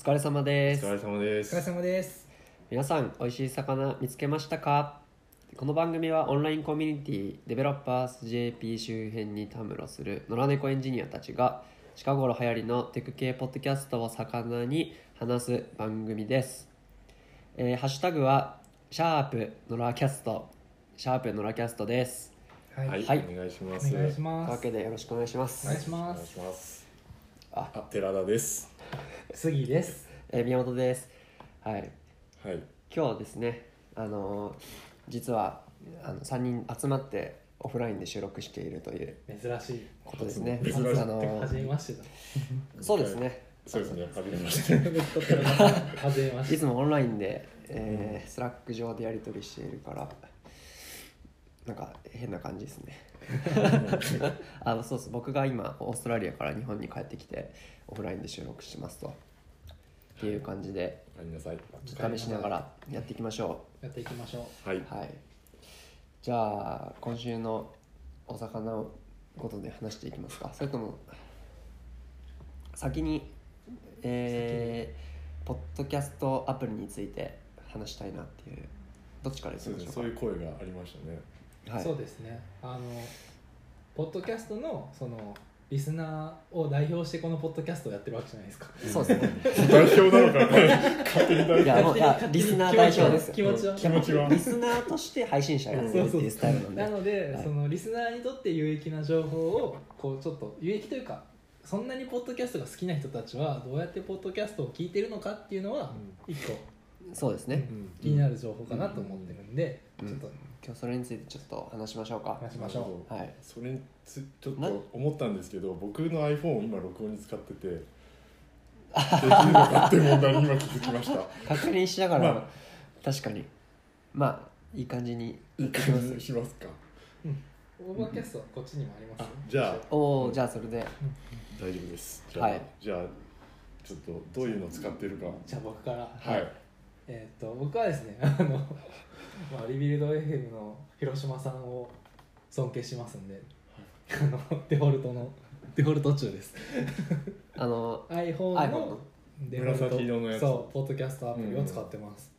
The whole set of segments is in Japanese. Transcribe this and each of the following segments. お疲れ様おです疲れ様でおす疲れ様です。皆さん美味しい魚見つけましたかこの番組はオンラインコミュニティデベロッパーズ JP 周辺にたむろする野良猫エンジニアたちが近頃流行りのテク系ポッドキャストを魚に話す番組です、えーハッシュタグはシャープ野良キャストシャープ野良キャストですはい。はい、はいお願いしまおす願いしというまわすけ。でよろしくお願いします、お願いしおま願いすし。ますああ寺田です杉です。えー宮本ですはいはい今日はですねあのー実はあの3人集まってオフラインで収録しているという珍しい。ことですね珍しいあのー初めましてだ。そうですねそうですね初めまして初めまいして。つもオンラインで、えースラック上でやり取りしているからなんか変な感じです ねあのそうです僕が今オーストラリアから日本に帰ってきてオフラインで収録してますとっていう感じでありなさい試しながらやっていきましょうやっていきましょはいはい、じゃあ今週のお魚のことで話していきますかそれとも先にえーポッドキャストアプリについて話したいなっていうどっちからいきそうまでしすょねうそういう声がありましたねかう。はいそうですね。あのポッドキャストのそのリスナーを代表してこのポッドキャストをやってるわけじゃないですか。そうですね代表なのかないやもうい やリスナー代表ですよ気持ちはうん気持ちはリスナーとして配信者やってるっていうスタイルなんでなので、はいそのリスナーにとって有益な情報をこうちょっと有益というか。そんなにポッドキャストが好きな人たちはどうやってポッドキャストを聞いてるのかっていうのは一個そうですねん気になる情報かなと思ってるんで、うんちょっと今日それについてちょっと話しましょうか話しましょう。はいそれにつちょっなと思ったんですけど僕の iPhone を今録音に使っ ててできるのかっていう問題に今気づきました確認しながら、ま確かにまあいい感じにいい感じにしますかオーバーキャストはこっちにもありますよ、じゃあおおじゃあそれで大丈夫ですじゃあ、はいじゃあちょっとどういうの使ってるかじゃあ僕から、はいえーっと僕はですねあ の、まあ、リビルド FM の広島さんを尊敬しますんで、あのデフォルトのデフォルト中ですあの iPhone iPhone ののデフォルト紫色のやつそうポッドキャストアプリを使ってます、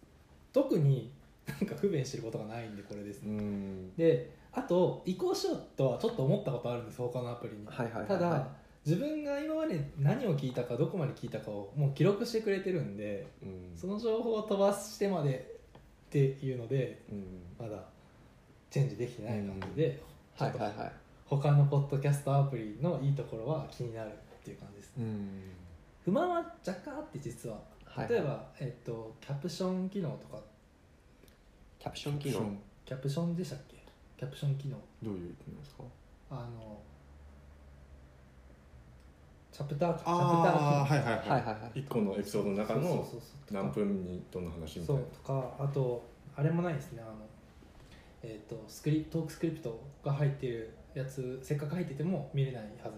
特になんか不便してることがないんでこれですうね、んであと移行しようとはちょっと思ったことあるんです他のアプリにはいはいはいはいただ自分が今まで何を聞いたかどこまで聞いたかをもう記録してくれてるんでうんその情報を飛ばしてまでっていうのでうんまだチェンジできてない感じで、はいちょはっいとはい他のポッドキャストアプリのいいところは気になるっていう感じですうん不満は若干あって実ははい例えば、えっと、キャプション機能とかキャプション機能キャプションでしたっけキャプション機能どういうのですかあのチャプターチャプタあーあ機能はいははいはいい、はいはい一個のエピソードの中そうのそうそうそう何分にどの話みたそいうなとかあとあれもないですねあの、えー、とスクリトークスクリプトが入ってるやつせっかく入ってても見れないは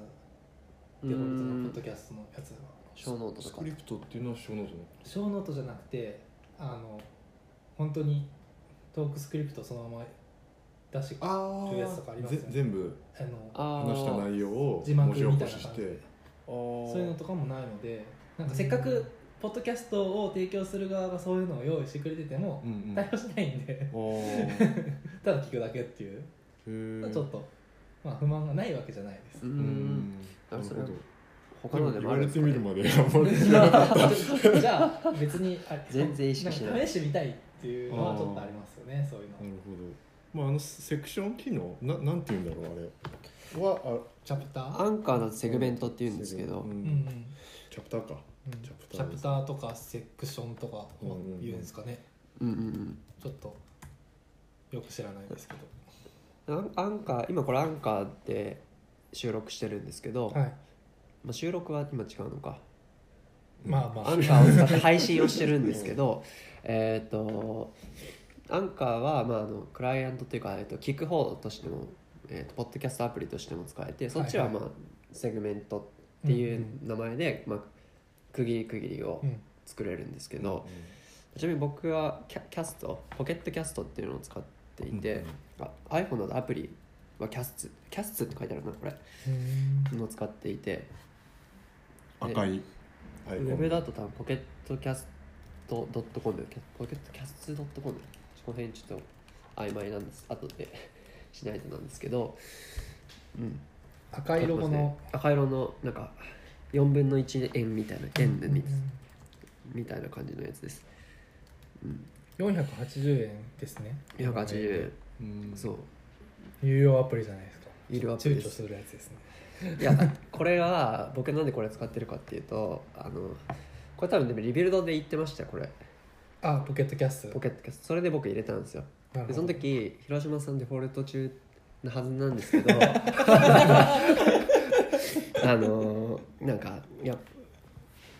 ずうデフォルトーのんポッドキャストのやつは小ノートとスかクリプトっていうのは小ノートのショーノートじゃなくてあの本当にトークスクリプトそのまま出してああーぜ全部のあー話した内容を字幕文みた字いな起感こしじしでてそそういうのとかもないのでなんかせっかくポッドキャストを提供する側がそういうのを用意してくれててもうんうんあ対応しないんでーただ聞くだけっていうへーちょっと、まあ、不満がないわけじゃないですうーうんんあなるほそれど他ので言もあわるれんでてすかみねるまであんまりじゃあ別にあれ全然意識しないんか試してみたいっていうのはちょっとありますよねそういうのなるほどまああのセクション機能ななんていうんだろうあれはチャプターアンカーのセグメントっていうんですけどううんんうんチャプターかうんチャプターチャプターとかセクションとか言うんですかねうんうんちょっとよく知らないですけどうんアンアンカー今これアンカーで収録してるんですけど、はいまあ、収録は今違うのかまあまあアンカーを使って配信をしてるんですけど えっとアンカーは、まあ、あのクライアントというか、えっと聞く方としても、えっとポッドキャストアプリとしても使えてそっちは、はいまはあいセグメントっていうん名前で、まあ、区切り区切りをうんうん作れるんですけど、ちなみに僕はキャキャストポケットキャストっていうのを使っていて、あ iPhone のアプリはキャスツキャスツって書いてあるなこれうんのを使っていて赤いアイウコンェブだと多分ポケットキャストドットコムポケットキャストドットコムこの辺ちょっと曖昧なんです後で しないとなんですけど、うん、赤色もの赤色のなんか4分の1円みたいな円でみ,、うんみたいな感じのやつです、うん、 480円ですね480円、円そう有料アプリじゃないですか有料アプリで躊す躇するやつですねいやこれは僕なんでこれ使ってるかっていうとあのこれ多分でもリビルドで言ってましたよこれあポケットキャストポケットキャストそれで僕入れたんですよなるほでどその時広島さんデフォルト中なはずなんですけ どあのなんかいや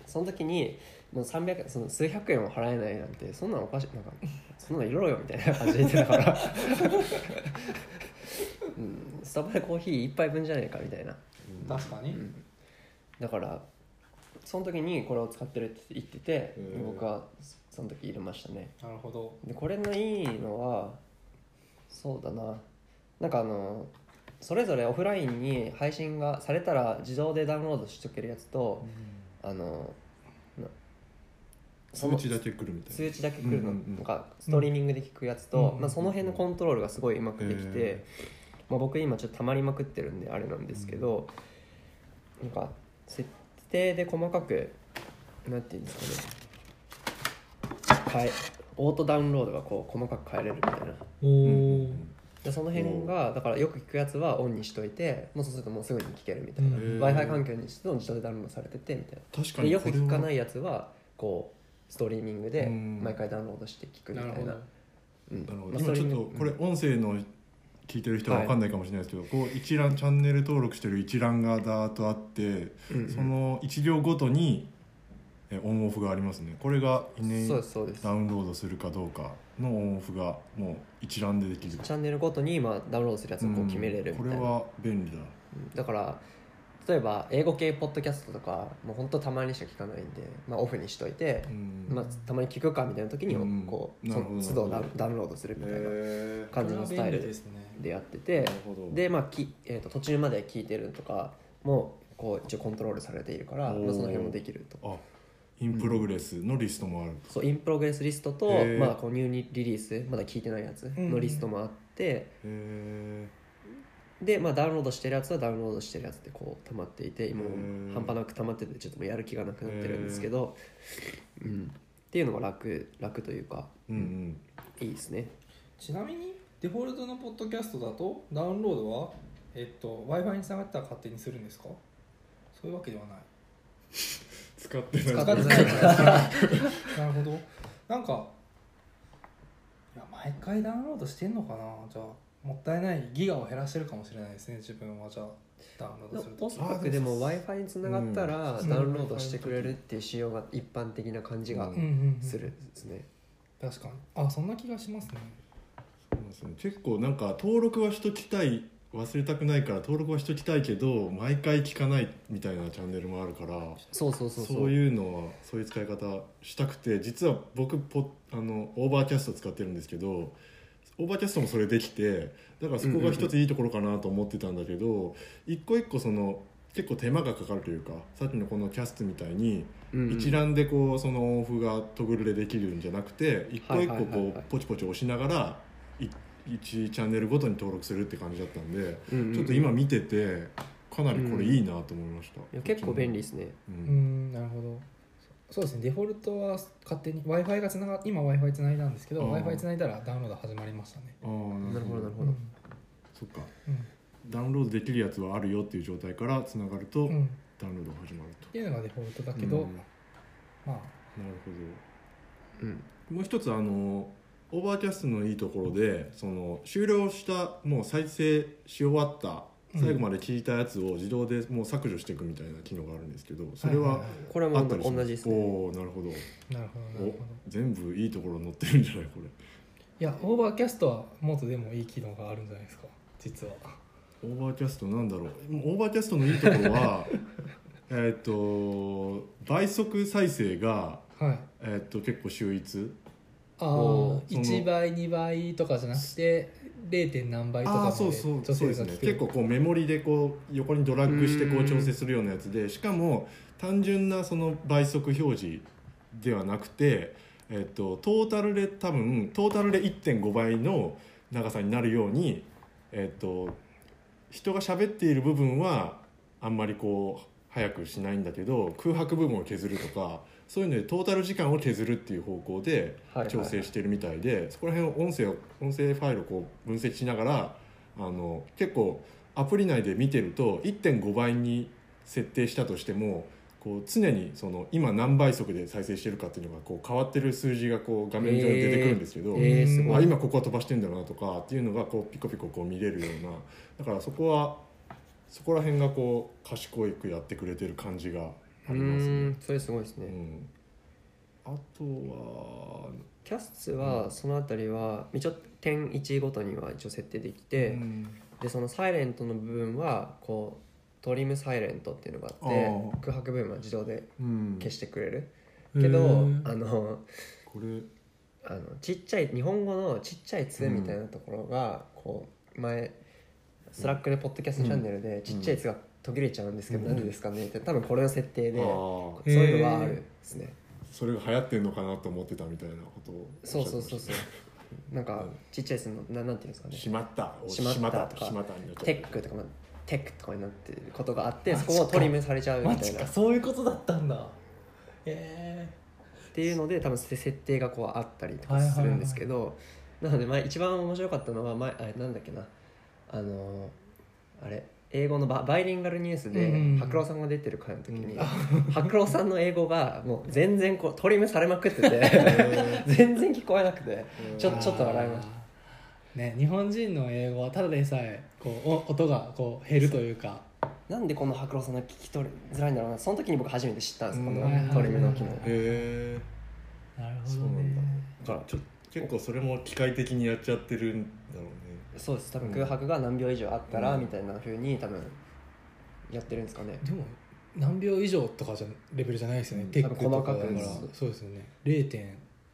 その時にもう300その数百円を払えないなんてそんなんおかしいなんかそんなんいろいろよみたいな感じで言ってた から、うん、スタバでコーヒー一杯分じゃないかみたいな確かに、だからその時にこれを使ってるって言っててうん僕はその時入れましたねなるほどでこれのいいのはそうだななんかあのそれぞれオフラインに配信がされたら自動でダウンロードしとけるやつとあのなそ数の値だけ来るみたいな通知だけ来るのうんうんうんとかストリーミングで聞くやつと、うんまあ、その辺のコントロールがすごいうまくできて、へまあ、僕今ちょっとたまりまくってるんであれなんですけど、なんか設定で細かくなんていうんですかね変えオートダウンロードがこう細かく変えれるみたいなおうお、んうんでその辺がだからよく聞くやつはオンにしといてもうそうするともうすぐに聞けるみたいな、うんへー w i f i 環境にしても自動でダウンロードされててみたいな。確かでによく聞かないいやつはこうストリーミングでうん毎回ダウンロードして聞くみなたるほいどな。うんなるほまどあそ今れちょにっとこれ音声の聞いてる人は分かんないかもしれないですけど、こう一覧チャンネル登録してる一覧がだーっとあってうんうんその1行ごとにえオンオフがありますねこれがイネそうですそうですダウンロードするかどうかのオンオフがもう一覧でできチるャンネルごとにまあダウンロードするやつをこううん決めれるこみれたいな、は便利だうんだから例えば英語系ポッドキャストとかもうほんとたまにしか聞かないんで、まあ、オフにしといて、うんまあ、たまに聞くかみたいな時にうんこう、なそるほどの都度ダなウるほンどダウンロードするみたいなへ感じのスタイこれは便利ルですねでやってえてなるほどで、まあきえー、と途中まで聞いてるとかもこう一応コントロールされているから、おーまあ、その辺もできるとあインプログレスのリストもある、そうインプログレスリストと、へーまあ、こうニューリリースまだ聞いてないやつのリストもあって、へで、まあ、ダウンロードしてるやつはダウンロードしてるやつでこう溜まっていて今もうへー半端なく溜まっててちょっともうやる気がなくなってるんですけど、うん、っていうのが楽楽というかえうんうんいいですねちなみにデフォルトのポッドキャストだとダウンロードは、えっと、w i f i につながったら勝手にするんですかそういうわけではない使ってない使っ使ってないから なるほどなんかいや毎回ダウンロードしてんのかなじゃあもったいないギガを減らしてるかもしれないですね自分はじゃあダウンロードするおとそらくでも w i f i につながったらうんダウンロードしてくれるっていう仕様が一般的な感じがうんうんするですね、確かにあそんな気がしますねそうなんですね結構なんか登録はしときたい忘れたくないから登録はしときたいけど毎回聞かないみたいなチャンネルもあるからそうそうそそううそういうのはそういう使い方したくて実は僕ポあのオーバーキャスト使ってるんですけどオーバーキャストもそれできてだからそこが一ついいところかなと思ってたんだけど、一個一個その結構手間がかかるというかさっきのこのキャストみたいにうんうん一覧でこうそのオフがトグルでできるんじゃなくて一個一個はいはいはいこはいうポチポチ押しながら1チャンネルごとに登録するって感じだったんでうんうんうんちょっと今見ててかなりこれいいなと思いました、いや結構便利ですねう、うんんなるほどそうですねデフォルトは勝手に w i f i がつなが今 w i f i つないだんですけどあー w i f i つないだらダウンロード始まりましたねああなるほどなるほど、そっかうんダウンロードできるやつはあるよっていう状態からつながるとうんっダウンロードが始まると、ていうのがデフォルトだけうどんなるまあほどうん、もう一つあのオーバーキャストのいいところでその終了したもう再生し終わったうん最後まで聞いたやつを自動でもう削除していくみたいな機能があるんですけどそれはいいこれあもったりします同じですねおおなるほどいなるほどなるほどお全部いいところ載ってるんじゃないこれいやオーバーキャストはもっとでもいい機能があるんじゃないですか実はオーバーキャストなんだろうもうオーバーキャストのいいところは えっと倍速再生が、はいえっと結構秀逸あおあーそ1の倍2倍とかじゃなくて 0. 何倍とかあまあでそうそう女そう性ですがね聞く結構こうメモリでこう横にドラッグしてこううん調整するようなやつでしかも単純なその倍速表示ではなくて、えっと、トータルで多分トータルで1.5倍の長さになるように、えっと、人が喋っている部分はあんまりこう早くしないんだけど空白部分を削るとかそういうのでトータル時間を削るっていう方向ではいはい調整してるみたいで、そこら辺を音声を音声ファイルをこう分析しながらあの結構アプリ内で見てると1.5倍に設定したとしてもこう常にその今何倍速で再生してるかっていうのがこう変わってる数字がこう画面上に出てくるんですけど、えー、すごあい今ここは飛ばしてんだなとかっていうのがこうピコピコこう見れるようなだからそこはそこら辺がこう賢いくやってくれてる感じがうありますね。ーんそれすごいですうね、んあとは、キャスツはそのあたりは一応点1ごとには一応設定できて、うんでそのサイレントの部分はこうトリムサイレントっていうのがあっあてー空白部分は自動でうん消してくれる、けどあのこれあのちっちゃい日本語のちっちゃい「つ」みたいなところが、こう前スラックでポッドキャストチャンネルでちっちゃい「つ」が途切れちゃうんですけど、うんなんでですかねって多分これの設定で、あそうーいうのはあるですね、それが流行ってんのかなと思ってたみたいなことをそうそうそううそうなんかうんちっちゃい「つ」のななんていうんですかねしまったしまったとかしまったになっちゃったテックとか、まあ、テックとかになってることがあってマそジかこをトリムされちゃうみマたいジなかっそういうことだったんだえていうので多分せ設定がこうあったりとかするんですけど、なので、まあ、一番面白かったのは前あれなんだっけなあのーあれ英語のババイリンガルニュースでうん白郎さんが出てる回の時にうん 白郎さんの英語がもう全然こうトリムされまくって えてー全然聞こえなくてえーちょちょっと笑いましたね日本人の英語はただでさえこうお音がこう減るというかなんでこの白郎さんが聞き取りづらいんだろうなその時に僕初めて知ったんですこうんのトリムの機能はいはいはいへなるーそうなんだだからちょ結構それも機械的にやっちゃってるんだろうねそうです多分うん空白が何秒以上あったら、うんみたいなふうに多分やってるんですかねでも何秒以上とかじゃレベルじゃないですよね、うんテックとかだから細かくそうですよね0点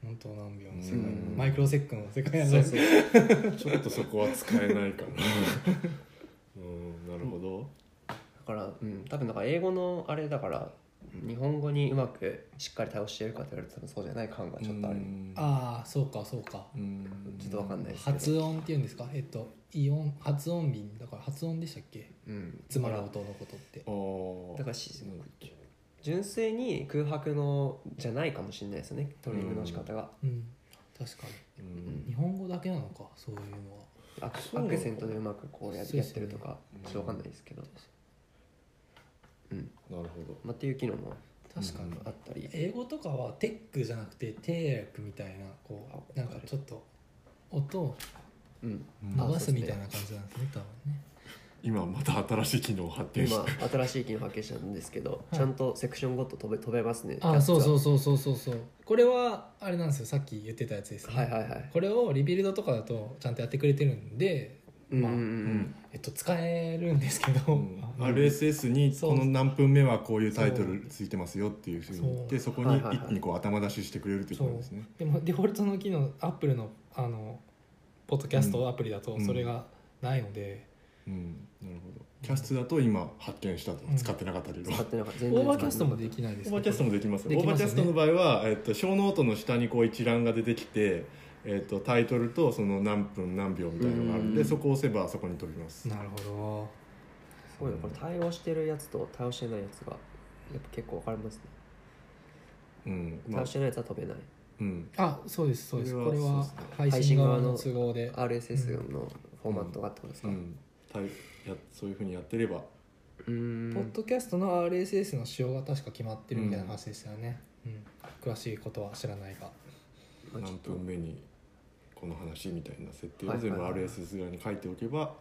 本当何秒の世界、うんマイクロセックの世界なんそうですそうちょっとそこは使えない かなうんなるほどだから、うん、多分だから英語のあれだから日本語にうまくしっかり対応してるかって言われて多分そうじゃない感がちょっとある、うんああそうかそうかうんちょっとわかんないですけど発音っていうんですかえっとイオン発音便だから発音でしたっけうん、つまらだんか音のことってあーらだからしなんだっけ純粋に空白のじゃないかもしれないですよねトリムの仕方が、うん確かにう日ん本語だけなのかそういうのはアクそうアなのかクセントでうまくこうやそうでやっすてよねるとかちょっとわかんないですけど、うんなるほどまあ、っていう機能も確かに、うんあったり、英語とかはテックじゃなくてテークみたいなこうなんかちょっと音をうん、伸ばすみたいな感じなんですね多分ね今また新しい機能を発展し今た新しい機能発見したんですけど、いちゃんとセクションごと飛べ飛べますねあそうそううそうそうそうそうこれはあれなんですよさっき言ってたやつですね、はいはいはいこれをリビルドとかだとちゃんとやってくれてるんで、うんまあうんううんんえっと、使えるんですけど、うん RSS にそうこの何分目はこういうタイトルついてますよっていうふうに言ってそそうこはにいはい一はい気にこう頭出ししてくれるということですねでもデフォルトの機能アップルのあのポッドキャスうトんアプリだとうんそれがないので、うんなるほどキャストだと今発見したとうん使ってなかったけど使ってなかった全オーバーキャストもでできないですオーバーキャストもでできますでオきーバまーすキよャねストの場合は、えっと、小ノートの下にこう一覧が出てきて、えっと、タイトルとその何分何秒みたいなのがあるんうでんそこを押せばそこに飛びますなるほすごいよこれ対応してるやつと対応してないやつがやっぱ結構分かれますねうんま対あ応してないやつは飛べないうんどあそうですそうですこれはこれそうではす配信側の都合で RSS のフォーマットがってことですうかうんんたいやそういうふうにやってればーんポッドキャストの RSS の仕様が確か決まってるみたいな話ですよね、うん詳しいことは知らないがまあちょ何っと分目にこの話みたいな設定はいはをい全部はい RSS 側に書いておけば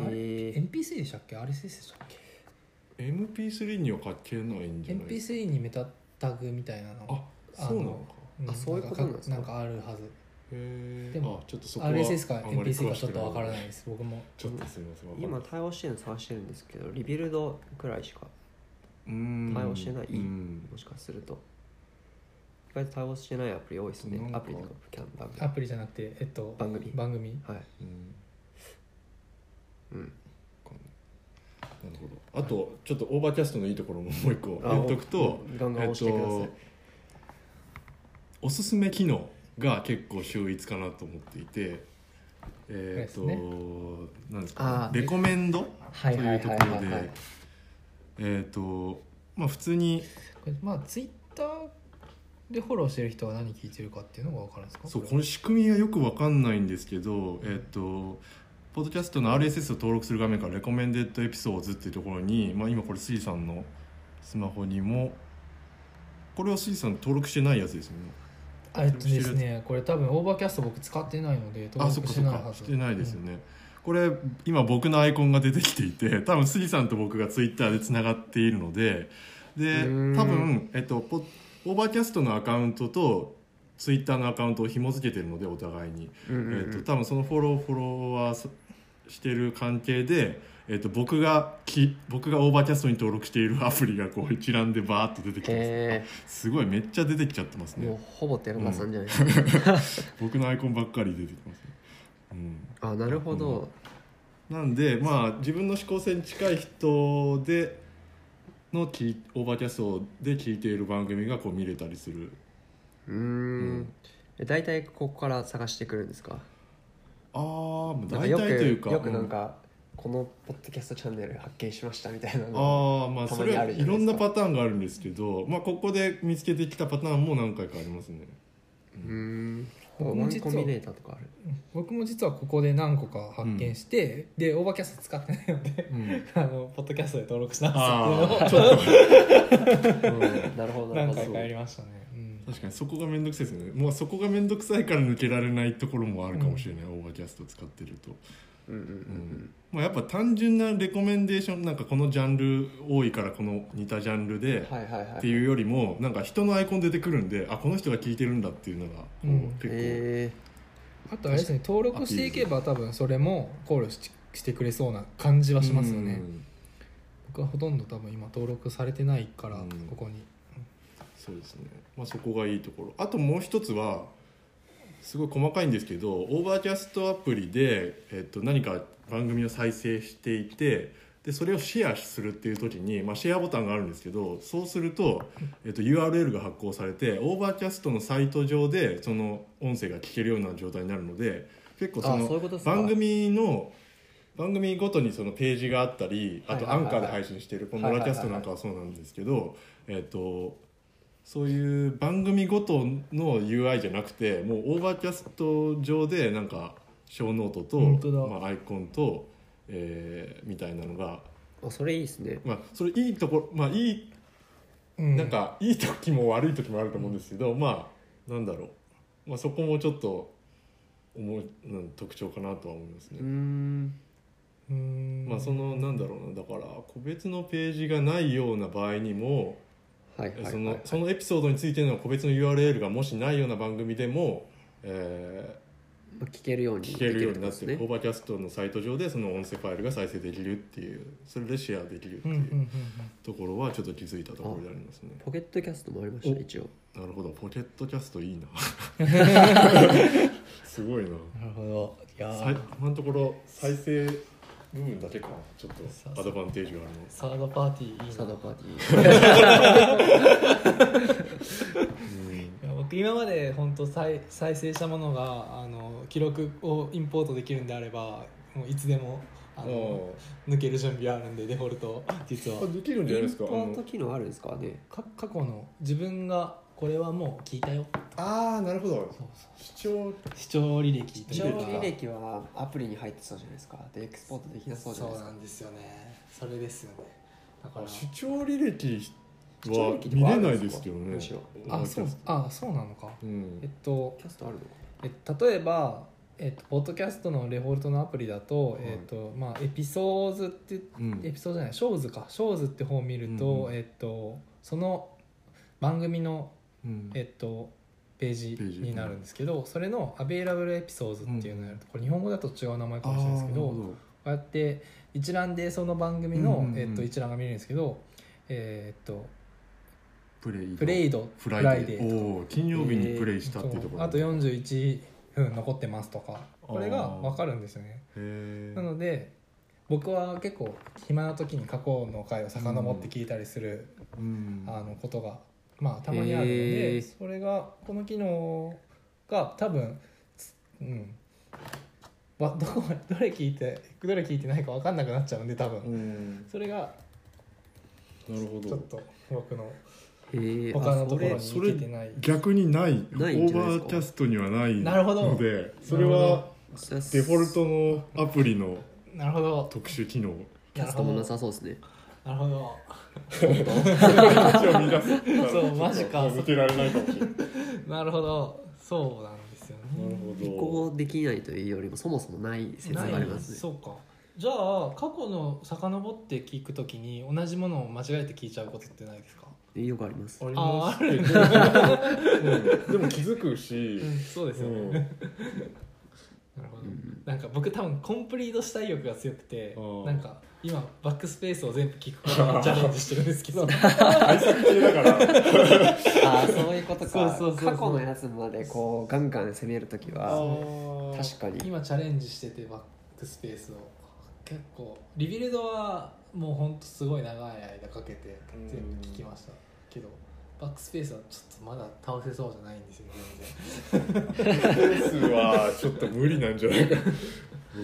へえ NPC でしたっけ RSS でしたっけ MP3 には書けないんじゃない NPC にメタタグみたいなのあそうなのかんあそういうことなんですかなんかあるはずへえでもあちょっとそこは RSS かあんまり NPC かちょっとわから詳しくないです僕もちょっとすみませんわかんな今い対応してるの探してるんですけどリビルドくらいしかうん対応してないうんもしかすると意外と対応してないアプリ多いですねなんかアプリとかキャンバンアプリじゃなくてえっと番組番組はいうんうんなるほどあとちょっとオーバーキャストのいいところももう一個あ言っとくと、うんガンガン押してくださいおすすめ機能が結構秀逸かなと思っていてえっ、と、そうですなんですあかーレコメンドとはいはいいはいうとこはいろはでいえっ、とまあ普通にこれまあツイッターでフォローしてる人は何聞いてるかっていうのが分かるんですかそうこれの仕組みがよくわかんないんですけど、えっとポッドキャストの RSS を登録する画面から「レコメンデッドエピソード」っていうところに、まあ、今これスイさんのスマホにもこれはスイさん登録してないやつですよねあえっとですねこれ多分オーバーキャスト僕使ってないのであ登そっ録かしそてっないはかしずてないですよね、これ今僕のアイコンが出てきていて多分スイさんと僕がツイッターでつながっているのでうでーん多分、えっと、ポオーバーキャストのアカウントとツイッターのアカウントを紐付けてるのでお互いに。うんうんえっと多分そのフォローフォロワーさしてる関係で、えっと僕がき僕がオーバーキャストに登録しているアプリがこう一覧でバーッと出てきてえますすごいめっちゃ出てきちゃってますー、もうねほぼ寺田さんじゃないですか、僕のアイコンばっかり出てきますね、うん、あなるほど、なんでまあ自分の指向性に近い人での聞いオーバーキャストで聞いている番組がこう見れたりするうーんえ大体ここから探してくるんですかあーなんか大体よとくいうかよくなんうか、このポッドキャストチャンネル発見しましたみたいなのああまあたそまれにあはるじいゃなろいですかんなパターンがあるんですけど、まあ、ここで見つけてきたパターンも何回かありますねうーんワ僕ンもコ実はミネーターとかある僕も実はここで何個か発見して、でオーバーキャスト使ってないので あのポッドキャストで登録したんです ああけちょっとうんなるほどどなるほど何回かやりましたね、うん確かにそこが面倒くさいですよねもうそこが面倒くさいから抜けられないところもあるかもしれない、オーバーキャスト使ってると、うんうんううんんまあ、やっぱ単純なレコメンデーションなんかこのジャンル多いからこの似たジャンルうんで、はいはいはいっていうよりもなんか人のアイコン出てくるんであこの人が聞いてるんだっていうのがこううん結構、えあとあれですね登録していけば多分それも考慮ししてくれそうな感じはしますよね、うん僕はほとんど多分今登録されてないからうんここに、そうですね、まあ、そこがいいところあともう一つはすごい細かいんですけどオーバーキャストアプリで、えっと、何か番組を再生していてでそれをシェアするっていう時に、まあ、シェアボタンがあるんですけどそうすると、 えっと、URL が発行されてオーバーキャストのサイト上でその音声が聞けるような状態になるので結構そあそういうことでのすか番組の番組ごとにそのページがあったりあとはいアはいはいはいンカーで配信してるこの「ラキャスト」なんかはそうなんですけどえっとそういう番組ごとの UI じゃなくてもうオーバーキャスト上でなんか小ノート本当と、だまあ、アイコンと、えーみたいなのが、ー、あそれいいですねまあ、それいいところまあいいうんなんかいい時も悪い時もあると思うんですけど、まあなんだろう、まあ、そこもちょっと思う、うん、特徴かなとは思いますうね。ーんうんまあ、そのなんだろうなだから個別のページがないような場合にもはいはいはいそのそのエピソードについての個別の URL がもしないような番組でも、えまあ聞けるようーに聞けるようになっできてるるってオこーバーキャストのサイト上でその音声ファイルが再生できるっていうそれでシェアできるってうんいうんうんううんところはちょっと気づいたところでありますねとですねポケットキャストもありましたお一応なるほどポケットキャストいいなすごいななるほどいやさいー今のところ再生部分だけかなちょっとアドバンテージがあるのサードパーティーいいなサードパーティー うんいや僕今まで本当再再生したものがあの記録をインポートできるんであればもういつでもあの抜ける準備はあるんでデフォルト実はあできるんじゃないですかポあーのト機能あるんですかねか過去の自分がこれはもう聞いたよああなるほどそうそう視聴視聴履歴と視い聴うか履歴はアプリに入ってそうじゃないですかでエクスポートできなそうじゃないでそうすなかんですよねそれですよねだから視聴履歴視聴は履歴と見かあれるんないかですけどねむしろあそうあそうなのかうんえっとキャストあるのかえ例えば、えっと、ポッドキャストのデフォルトのアプリだと、いえっとまあ、エピソードってうんエピソードじゃないショーズかショーズって方を見ると、うんうんえっと、その番組の、うんえっと、ページページになるんですけど、それの「アベイラブルエピソーズ」っていうのをやるとこれ日本語だと違う名前かもしれないですけどあーなるほこうやって一覧でその番組の、うんうんうんえっと、一覧が見れるんですけど、えっとプレイプレイドフライフデデーーとかおー金曜日にプレイしたっていうところあと41分残ってますとかこれが分かるんですよねへーなので僕は結構暇な時に過去の回を遡って聞いたりする、うんあのことがまあたまにあるので、へーそれがこの機能が多分つうんわ どこどれ聞いてどれ聞いてないか分かんなくなっちゃうんで多分、うんそれがなるほちょっどと僕のえー、他のあところにそ行れけてない逆にないないオんーじゃないですかバーキャストにはないなるほどのでそれはそれデフォルトのアプリのなるほど特殊機能キャストもなさそうですねなるほど価値を見出すそうマジか抜けられないかもしれないなるなるほどそうなんですよね移ほ行できないというよりもそもそもない説がありますねそうかじゃあ過去の遡って聞くときに同じものを間違えて聞いちゃうことってないですかよくありますどああありますけどうんでも気づくしうん、そうですよね、うんなるほど、んなんか僕多分コンプリートしたい欲が強くてあーなんか今バックスペースを全部聞くことにチャレンジしてるんです けど愛作系だからああそういうことかそうそうそうそう過去のやつまでこうガンガン攻めるときは確かに今チャレンジしててバックスペースを結構リビルドはもうほんとすごい長い間かけて全部聞きましたけどバックスペースはちょっとまだ倒せそうじゃないんですよねペースはちょっと無理なんじゃないか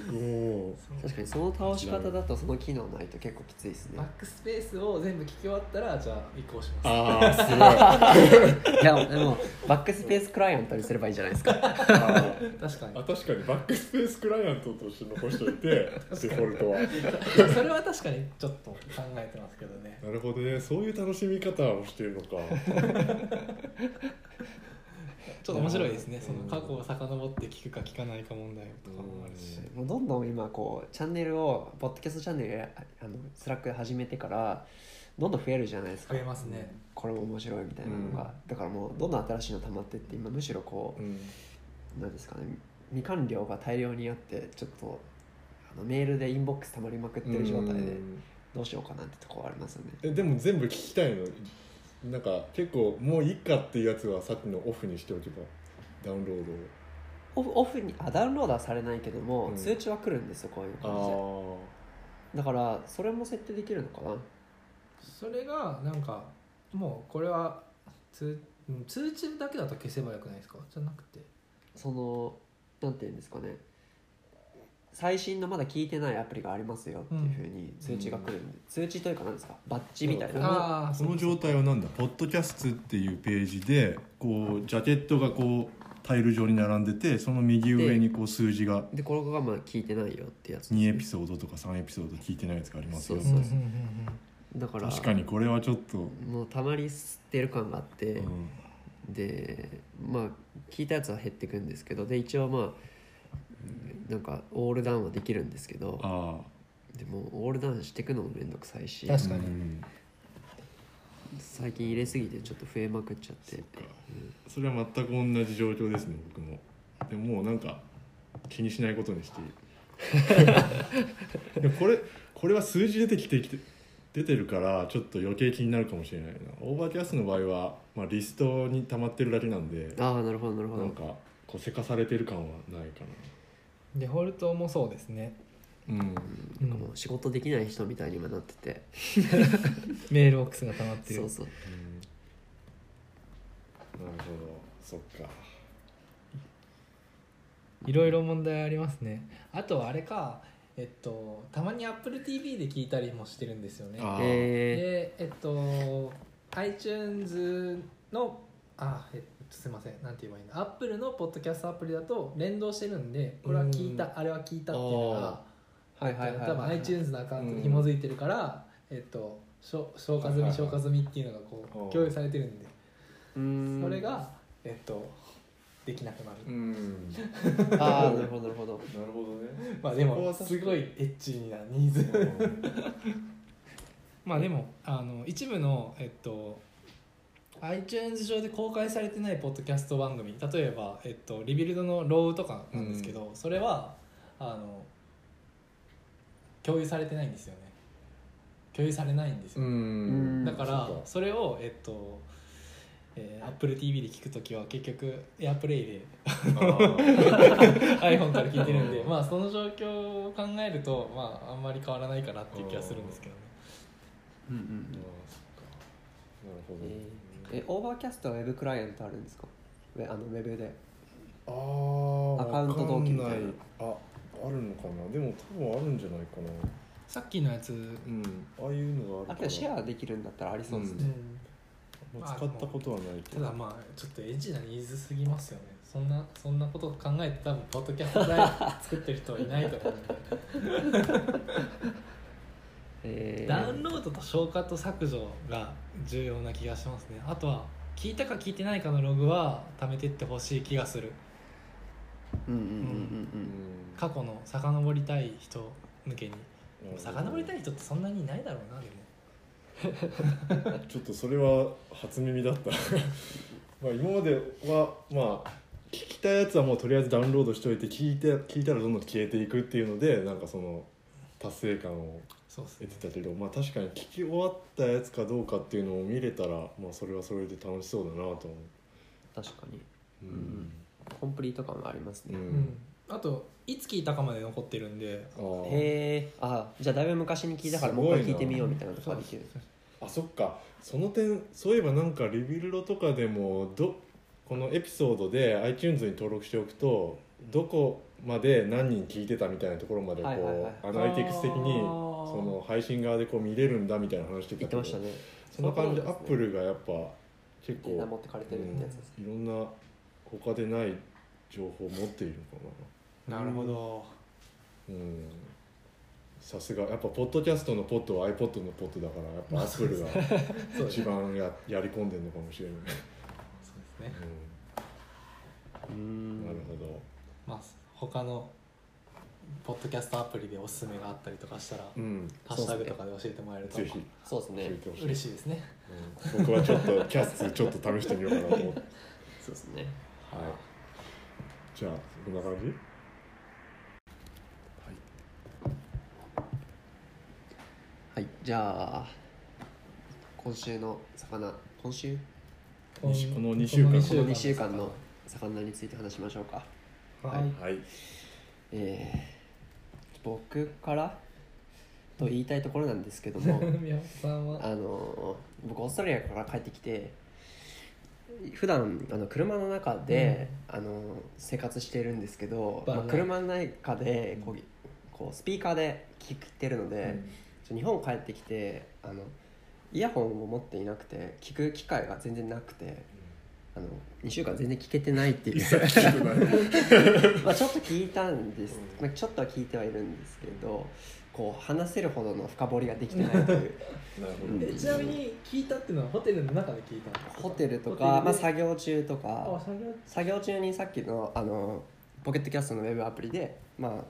僕も全然確かにその倒し方だとその機能ないと結構きついですねバックスペースを全部聞き終わったらじゃあ移行しますああすごいあいやでもバックスペースクライアントにすればいいじゃないですかー確かにあ確かにバックスペースクライアントとして残しておいてデフォルトはそれは確かにちょっと考えてますけどねなるほどねそういう楽しみ方をしてるのかちょっと面白いですねうんその過去を遡って聞くか聞かないか問題とかもあるしもうどんどん今こうチャンネルをポッドキャストチャンネルやあのスラックで始めてからどんどん増えるじゃないですか増えますねこれも面白いみたいなのが、だからもうどんどん新しいの溜まってって今むしろこうんうなんですかね未完了が大量にあってちょっとあのメールでインボックス溜まりまくってる状態でうんどうしようかなってとこはありますよねえでも全部聞きたいのなんか結構もういいかっていうやつはさっきのオフにしておけばダウンローオフオフにあダウンロードはされないけども、うん通知は来るんですよこういう感じでドをだからそれも設定できるのかなそれがなんかもうこれは通うん通知だけだと消せばよくないですかじゃなくてそのなんていうんですかね最新のまだ聞いてないアプリがありますよっていうふうに通知が来るんで、通知というかなんですかバッジみたいこな、のうんああこの状態はなんだ「ポッドキャスト」っていうページでこうジャケットがこうタイル状に並んでてその右上にこう数字がでこれがまだ聞いてないよってやつ2エピソードとか3エピソード聞いてないやつがありますよそうそうそうだから確かにこれはちょっと、もうたまり捨てる感があって、うんでまあ聞いたやつは減ってくんですけどで一応まあなんかオールダウンはできるんですけどあでもオールダウンしてくのもめんどくさいし確あかにうん最近入れすぎてちょっと増えまくっちゃってそれは全く同じ状況ですね僕もでももうなんか気にしないことに しているでもこれこれは数字出てきてきて出てるからちょっと余計気になるかもしれないなオーバーキャストの場合は、まあ、リストに溜まってるだけなんでああなるほどなるほなどんかこうせかされてる感はないかデフォルトもそうですね、なうんうんなんかもう仕事できない人みたいに今なっててメールボックスが溜まってるそうそううんなるほどそっかいろいろ問題ありますねあとはあれかえっとたまに AppleTV で聞いたりもしてるんですよねあーえでえっと iTunes のあえっとすいませんなんて言えばいいの Apple のポッドキャストアプリだと連動してるんでこれは聞いたあれは聞いたっていうのがー、はいはいはい多分 iTunes のアカウントに紐づいてるから、えっとしょ消化済みはいはいはい消化済みっていうのがこおーう共有されてるんでうーんそれがえっとできなくなる、んなるああなるほどなるほどほどねまあでそこもは確かすにごいエッチなニーズまあでもあの一部のえっと iTunes 上で公開されてないポッドキャスト番組例えば、えっと、リビルドのローとかなんですけど、それはあの共有されてないんですよね 共有されないんですよ、んうんだからそっかそれをえっと、えはい AppleTV で聞くときは結局 AirPlay であ iPhone から聞いてるんでうんまあその状況を考えると、まあ、あんまり変わらないかなって いう気がするんですけどねうんうんなるほうど、んえーえオーバーキャストはウェブクライアントあるんですかウェあのウェブであーアカウント同期みたいなわかんいああるのかなでも多分あるんじゃないかなさっきのやつ、うんああいうのあがあるけどシェアできるんだったらありそうですね、まあ使ったことはないけたどだまあちょっとエッジなニーズすぎますよねそんなそんなことを考えて多分ポッドキャストライブ作ってる人はいないと思うんで えーダウンロードと消化と削除が重要な気がしますねあとは聞いたか聞いてないかのログは貯めてってほしい気がするうんうんうんううんん過去の遡りたい人向けになるほど遡りたい人ってそんなにいないだろうなでもちょっとそれは初耳だった まあ今まではまあ聞きたいやつはもうとりあえずダウンロードしといて聞いて聞いたらどんどん消えていくっていうのでなんかその達成感をそうですね得てたけどまあ確かに聞き終わったやつかどうかっていうのを見れたらまあそれはそれで楽しそうだなと思確かにううんコンプリート感はありますうね、うんん、あといつ聞いたかまで残ってるんであーへえあじゃあだいぶ昔に聞いたからすもごうい一回な聞いてみようみたいなとかできるあそっかその点そういえばなんかリビルドとかでもどこのエピソードで iTunes に登録しておくとどこまで何人聞いてたみたいなところまでこう、はいはいはいアナリティクス的にあーその配信側でこう見れるんだみたいな話してたけ言どってましたねそんな感じそうアなッんですねプルがやっぱ結データ持構、ってかれてうるんってやつです、いろんな他でない情報を持っているのかななるほどうんさすがやっぱポッドキャストのポッドは iPod のポッドだからやっぱアップルが そうです一ね番ややり込んでるのかもしれない、そうですねうーうんんなるほど、まあ他のポッドキャストアプリでおすすめがあったりとかしたら、うん、ハッシュタグとかで教えてもらえるとぜひ教そうですねえてほしい嬉しいですねうん僕はちょっとキャスちょっと試してみようかなと思って、そうですねはい、じゃあこんな感じはいじゃあ今週の魚今週にしこの二週間二この2週間間の魚について話しましょうかはいはいえー、僕からと言いたいところなんですけど も宮本さんはあのー僕オーストラリアから帰ってきて普段あの車の中で、あのー生活しているんですけど、バーまナあー車の中でこうこうスピーカーで聞いてるので、ちょ日本帰ってきてあのイヤホンを持っていなくて聞く機会が全然なくて。あの2週間全然聞けてないって いうまあちょっと聞いたんです、まあ、ちょっとは聞いてはいるんですけどこう話せるほどの深掘りができてないというな るほうんえちなみに聞いたっていうのはホテルの中で聞いたんですかホテルとホテルか、でまあ、作業中とあか作業作業中にさっきのあのポケットキャストのウェブアプリで、まあ、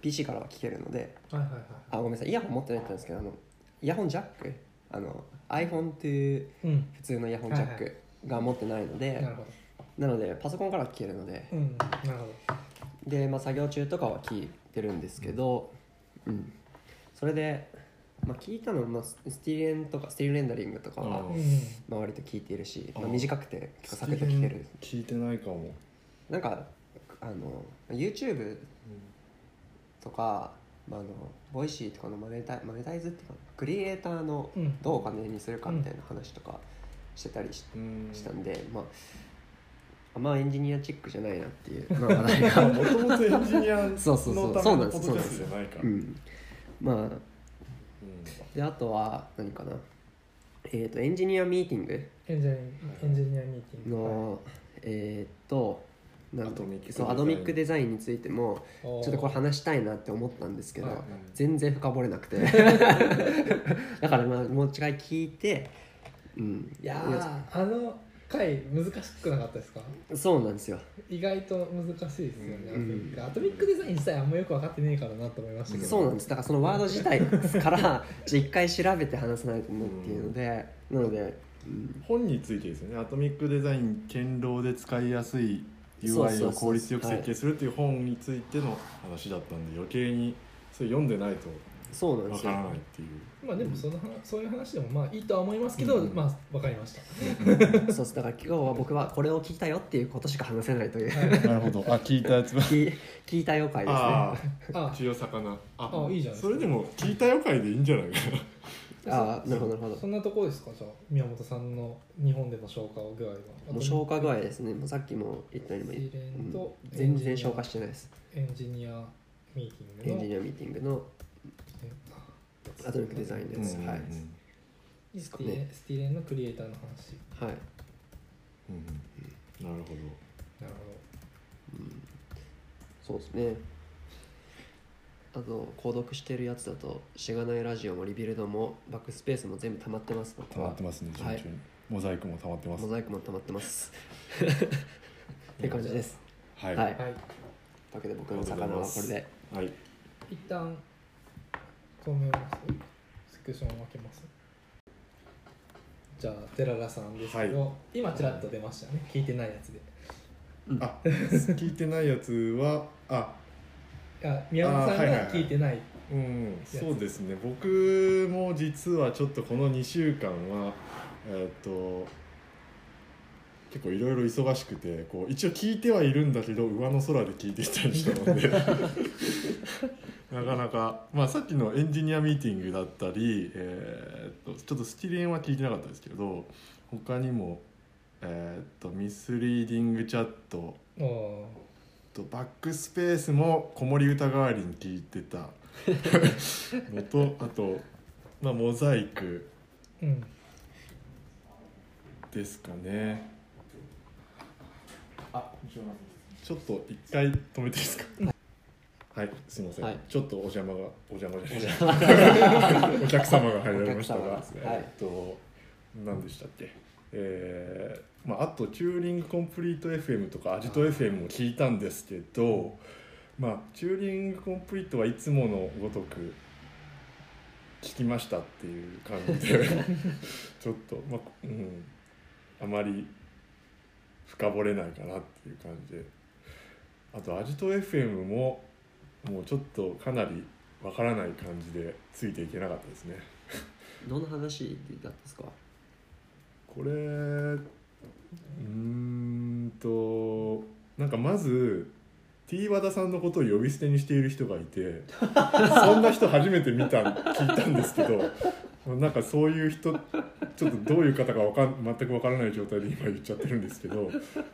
PC からは聞けるのではいはいはいあごめんなさいイヤホン持ってないって言ったんですけどあのイヤホンジャックあの iPhone といううん普通のイヤホンジャッはクが持ってないので、なるほなのでパソコンからは聞けるのでどうんなるほどで、まあ、作業中とかは聞いてるんですけど、うんそれで、まあ、聞いたのも、まあ、ススティレンとかスティルレンダリングとかはあ、うまあ、割と聞いているし、まあ、あー短くて結構サクッと聞ける聞いてないかも、なんかあの YouTube とか、まあ、あのボイシーとかのマネタイマネタイズっていうかクリエイターのんどうお金にするかみたいな話とかしてたりしうんしたんで、まあ、あんまエンジニアチックじゃないなって いう、まあ、話題がもともとエンジニアのそうそうそうためのポッそうドなんでキャスすトじゃないからうん、まあうんであとは何かなえっ、とエンジニアミーティングエンジニアエンジニアミーティングの、えっ、となんだアトミックそうデザインアドミックデザインについてもちちょっとこれ話したいなって思ったんですけど、はいはい全然深掘れなくてだからまあもう一回聞いてうんいやーあの回難しくなかったですかそうなんですよ意外と難しいですよね、うんアトミックデザイン自体あんまよく分かってねえからなと思いましたけどそうなんですだからそのワード自体からじゃあ一回調べて話さないとねっていうので、なので、うん本についてですよね「アトミックデザイン堅牢で使いやすいそうそうそう UI を効率よく設計する」っていう本についての話だったんで余計にそれ読んでないとそうなんでわすかよらないっていうまあでもその話そういう話でもまあいいとは思いますけど、うんまあわかりましたそうですだから今日は僕はこれを聞いたよっていうことしか話せないというはいなるほどあ聞いたやつ聞い聞いたよ会ですねああ あ一応魚ああいいじゃないですそかれでも聞いたよ会でいいんじゃないかなああなるほどなるほそどんなとこですかじゃあ宮本さんの日本での消化具合はもう消化具合ですねもうさっきも言ったように一連もとうん全然消化してないですエンジニアミーティエングのンジニアミーティングのアトミックデザインのやつうんうんうんはいいいっすかねねスティレンのクリエイターの話はいうんうんなるほどなるそうですねあと購読してるやつだとしがないラジオもリビルドもバックスペースも全部溜まってます僕溜まはってますね順調はに、いモザイクも溜まってますモザイクも溜まってます って感じですはいはい、はい、というほどはいわけで僕の魚はこれで一旦止めますスクションを分けますじゃあ寺田さんですけど、今ちらっと出ましたね聞いてないやつであ聞いてないやつはああ宮本さんあーはいはいがはい聞いてないうん、そうですね僕も実はちょっとこの2週間はえーっと結構いろいろ忙しくてこう一応聞いてはいるんだけど上の空で聞いていたりしたのでなかなか、まあ、さっきのエンジニアミーティングだったり、えーっとちょっとスキリエンは聞いてなかったですけど他にも、えーっとミスリーディングチャットおーとバックスペースも子守歌代わりに聞いてた のとあと、まあ、モザイクうんですかねちょっと一回止めていいですかはいすいません、はいちょっとお邪魔がお邪魔じゃないお客様が入られましたがお客様ですねえっと何でしたっけえーまあ、あとチューリングコンプリート FM とかアジト FM も聞いたんですけどまあチューリングコンプリートはいつものごとく聞きましたっていう感じ でちょっと、まあうん、あまり深掘れないかなっていう感じであとアジト FM ももうちょっとかなりわからない感じでついていけなかったですねどんな話だったんですかこれうーんとなんかまず T 和田さんのことを呼び捨てにしている人がいてそんな人初めて見た聞いたんですけどなんかそういう人ちょっとどういう方かわかん全く分からない状態で今言っちゃってるんですけど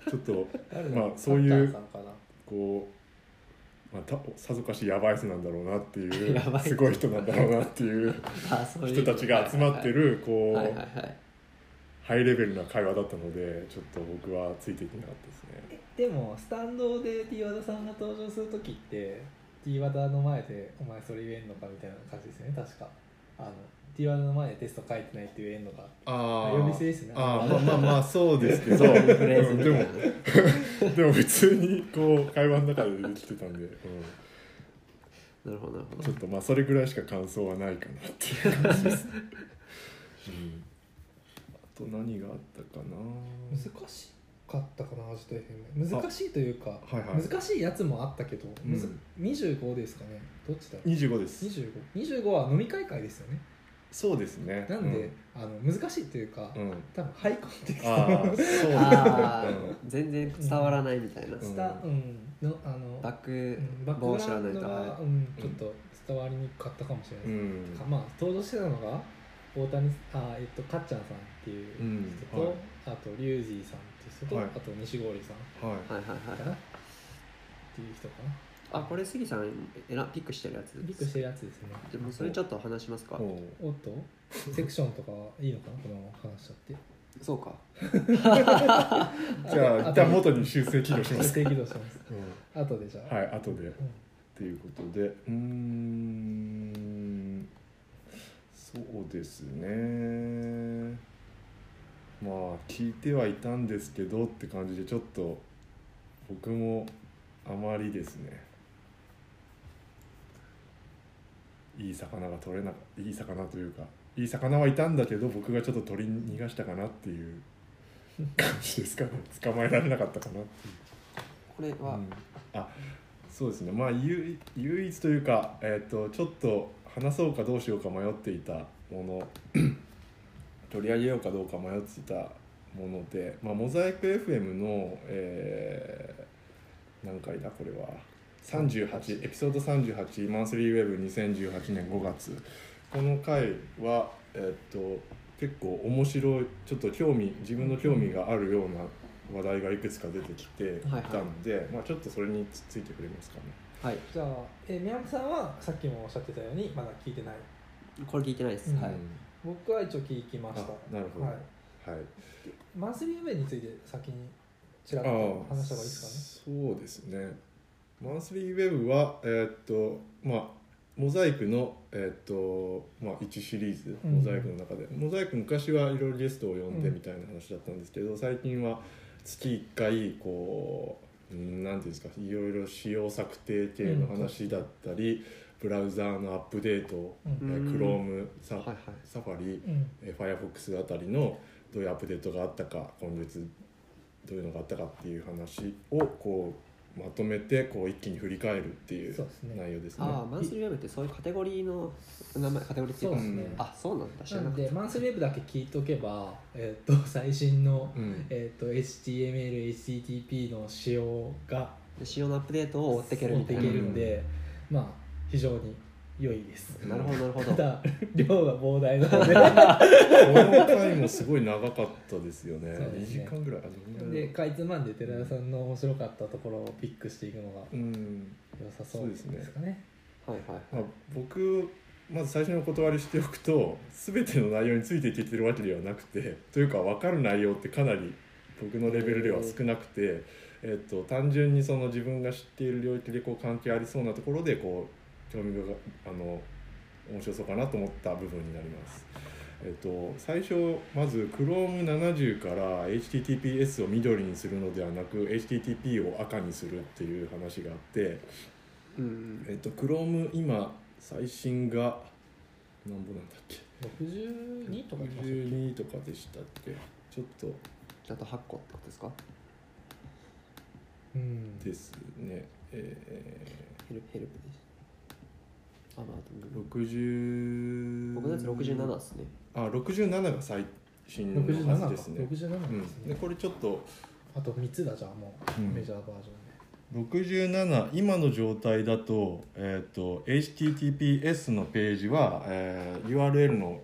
ちょっと誰まあそういうサッカーさんかなこう、まあ、たさぞかしやばい人なんだろうなっていやばういすごい人なんだろうなっていうあそういう人たちが集まってるこはいはいはういはいハイレベルな会話だったのでちょっと僕はついていけなかったですね。でもスタンドで T 和田さんが登場する時って T 和田の前で「お前それ言えんのか」みたいな感じですよね確かあの T 和田の前でテスト書いてないって言えんのかあー呼び捨てですねあーまあまあまあそうですけどそうういうフレーズんみでたいなもでも普通にこう会話の中でできてたんで、うんなるほどなるほちょどっとまあそれぐらいしか感想はないかなっていう感じです、うんあと何があったかな難しかったかなアジト FM 難しいというか、はいはい難しいやつもあったけど、むずうん25ですかねどっちだろう25です2525は飲み会会ですよねそうですねなんで、あの難しいというか、うん、うん多分ハイコンテクストああそうですねああうん全然伝わらないみたいな、うんスタうんのあのバックうんバッボーンク知グラらウないンとドが、はうん、ちょっと伝わりにくかったかもしれないうです、んまあ登場してたのが大谷あえっとかっちゃんさんっていう人と、うんはいあとリュウジーさんっていう人と、はいあと西郷里さんはいいはいはいかはいなっていう人かなあこれ杉さんえらピックしてるやつリックしてるやつですねでもそれちょっと話しますかおうおっとセクションとかいいのかなこのまま話しちゃってそうかじゃあ一あ旦元に修正起動します定義としますう後でじゃあ、んはい後でうんということでうーんそうですねまあ聞いてはいたんですけどって感じでちょっと僕もあまりですねいい魚が取れなかいい魚というかいい魚はいたんだけど僕がちょっと取り逃がしたかなっていう感じですかね捕まえられなかったかなっていうこれは、うんあそうですねまあ唯唯一というか、えっとちょっと話そうかどうしようか迷っていたもの 取り上げようかどうか迷っていたもので、まあ、モザイク FM の、えー何回だこれは38エピソード38マンスリーウェブ2018年5月この回は、えっと結構面白いちょっと興味自分の興味があるような話題がいくつか出てきてはいはいたので、まあ、ちょっとそれにつついてくれますかね。はいじゃあ、えー宮本さんはさっきもおっしゃってたようにまだ聞いてないこれ聞いてないです、うんはい僕は一応聞きましたあなるほどはい、はいマンスリーウェイについて先にちらっと話した方がいいですああそうですねマンスリーウェブはえーっとまあモザイクの、えーっとまあ、1シリーズうんモザイクの中で、モザイク昔はいろいろゲストを呼んでみたいな話だったんですけど、最近は月1回こううんなんていうんですかいろいろ仕様策定系の話だったり、ブラウザーのアップデート、かね、うんえー Chrome サ,、はいはいサファリうんうんえー Firefox あたりのどういうアップデートがあったか今月どういうのがあったかっていう話をこうまとめてこう一気に振り返るっていうそうですね内容ですね。ああマンスリーウェブってそういうカテゴリーの名前カテゴリーっていうかそうですねあそうなんだ知らななんかっでたマンスリーウェブだけ聞いとけば、えー、と最新の、うんえー、と HTML、HTTP の仕様がで仕様のアップデートを追っていけるみたいな追っていけるんで、まあ非常に良いです。なるほどなるほたどだ量が膨大なのこの回もすごい長かったですよね。そう2です時ね間ぐらいあ ででかいつまんで寺田さんの面白かったところをピックしていくのがうん。良さそうですかね。はいはいまあ僕まず最初にお断りしておくと全ての内容についていけてるわけではなくてというか分かる内容ってかなり僕のレベルでは少なくて、えっと、単純にその自分が知っている領域でこう関係ありそうなところでこう興味があの面白そうかなと思った部分になります。えっと、最初まず Chrome70 から HTTPS を緑にするのではなく HTTP を赤にするっていう話があってうんうんえっと、Chrome 今最新が何本なんだっけ62とか言ってましたっ12とかでしたっけちょっとあと8個ってことですかけうんですねえヘルプヘルプですあまあでー、も60僕のやつ67ですねあ67が最新の67はかずですね67ですね、うん、でこれちょっとあと3つだじゃあもう、うんメジャーバージョンで。 67今の状態だと,、えー、と HTTPS のページは、えー URL の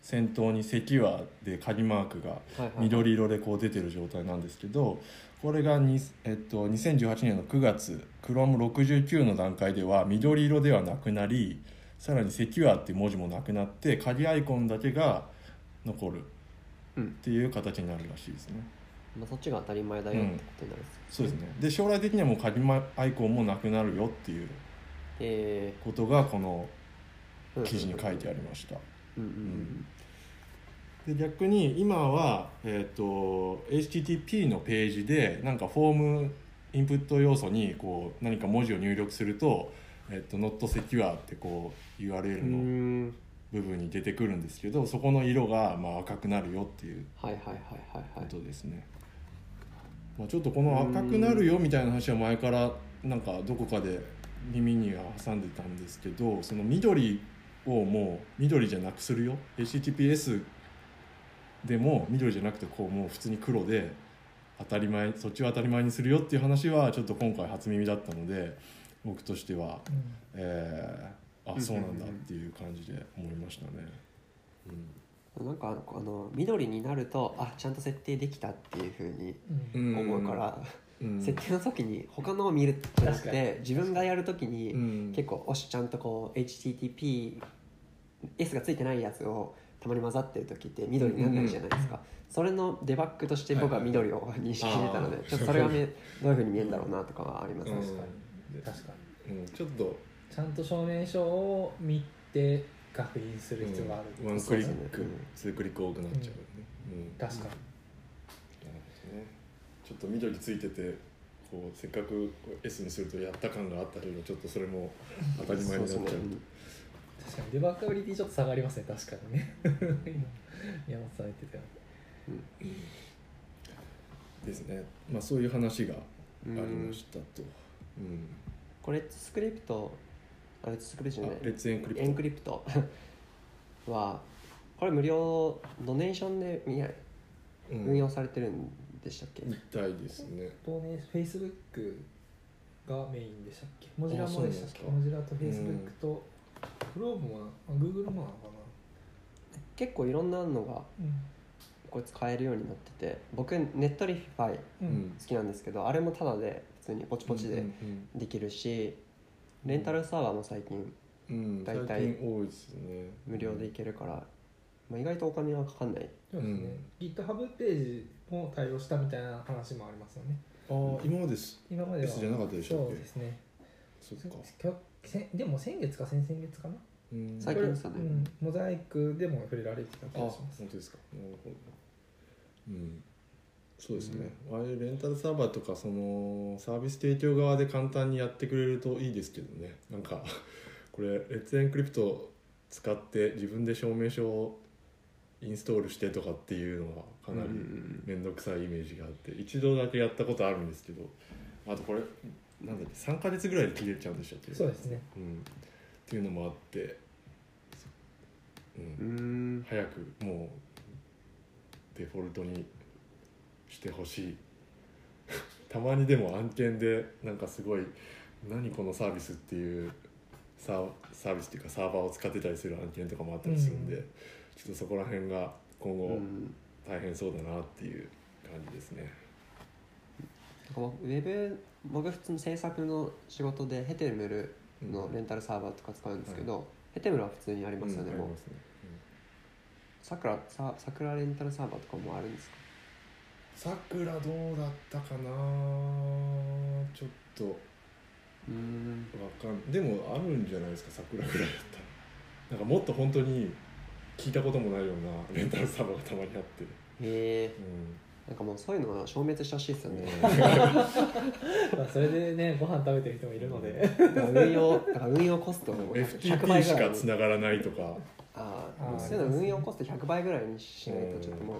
先頭に「セキュア」で鍵マークがはいはい緑色でこう出てる状態なんですけどこれがに、えっと、2018年の9月 Chrome69 の段階では緑色ではなくなりさらに「セキュア」っていう文字もなくなって鍵アイコンだけが残るうんっていう形になるらしいですね。まあそっちが当たり前だよってことになるんですよそうですねで将来的にはもう鍵マアイコンもなくなるよっていうえことがこのーうん記事に書いてありました。うんうんで逆に今は、えー、と HTTP のページでなんかフォームインプット要素にこう何か文字を入力すると「えー、と not secure」ってこううんうんう URL ーのん部分に出てくるんですけどそこの色がまあ赤くなるよっていうはいはいはいはいこはいとですね。まあ、ちょっとこの赤くなるよみたいな話は前からなんかどこかで耳には挟んでたんですけどその緑をもう緑じゃなくするよ HTTPS でも緑じゃなくてこうもう普通に黒で当たり前そっちは当たり前にするよっていう話はちょっと今回初耳だったので僕としては、えーあそうなんだっていう感じで思いましたね。なんかあの緑になるとあちゃんと設定できたっていうふうにうんん思うから、うん設定の時に他のを見るんじゃなく確かて自分がやる時に、うん結構おしちゃんとこう HTTPS がついてないやつをたまに混ざってる時って緑にならないじゃないですか、それのデバッグとして僕は緑を認識してたので、あーちょっとそれがめどういうふうに見えるんだろうなとかはありますね、うん確かに確かにうん、ちょっとちゃんと証明書を見て確認する必要がある、ワンクリそうッですク、ねツークリック多くなっちゃうよね、うんなる確かほどねちょっと緑ついててこうせっかく S にするとやった感があったけどちょっとそれも当たり前になっちゃうそうそうに確かにデバッグアビリティちょっと下がりますね確かにね 今宮本さん言ってたよですねまあそういう話があうりんましたと、うんこれスクリプトあれスクリプトじゃないレッツエンクリプエンクリプト はこれ無料ドネーションで見ないト、うん、運用されてるんでしたっけ、みたいですねとね、Facebook がメインでしたっけモジラあもでしたっけそうなモんジラとうん Facebook と、グローブもな、あ Google もなのか結構いろんなのがな。こいつ買えるようになってて僕ネットリファイ好うう。んうん。きなんですけどあれもタダで普通にポチポチでできるし、レンタルサーバーも最近うんうん大体最近多いですね無料でいけるから、まあ、意外とお金はかかんないそうですね、GitHub ページも対応したみたいな話もありますよね。ああ今までです今までは。 S じゃなかったでしたっけそうですね。そっかきょせでも先月か先々月かな。うん最近ですようねん。モザイクでも触れられてたあ気が本します。当ですかなるほどうんそうですね、ああいうレンタルサーバーとかそのサービス提供側で簡単にやってくれるといいですけどねなんか これレッツエンクリプト使って自分で証明書をインストールしてとかっていうのはかなり面倒くさいイメージがあって一度だけやったことあるんですけどあとこれなんだっけ3ヶ月ぐらいで切れちゃうんでしたっけそうですね。うん、っていうのもあって、うんう、ん早くもうデフォルトにしてほしいたまにでも案件でなんかすごい何このサービスっていうサーサービスっていうかサーバーを使ってたりする案件とかもあったりするんで、うんちょっとそこら辺が今う後ん大変そうだなっていう感じですね。なんか僕ウェブ僕普通の制作の仕事でヘテムルうんのレンタルサーバーとか使うんですけど、ヘテムルは普通にありますよね、うんあもうりますねさくらささくらレンタルサーバーとかもあるんですかさくらどうだったかなちょっとうんわかんでもあるんじゃないですか桜ぐらいだったらなんかもっと本当に聞いたこともないようなレンタルサーバーがたまにあってへえうなんかもうそういうのは消滅してほしいですよね、まあそれでね、ご飯食べてる人もいるので。だから運用だから運用コストをん100 FTP 倍ぐしらいかにつながらないとかあああーそういうの運用コスト100倍ぐらいにしないとちょっともう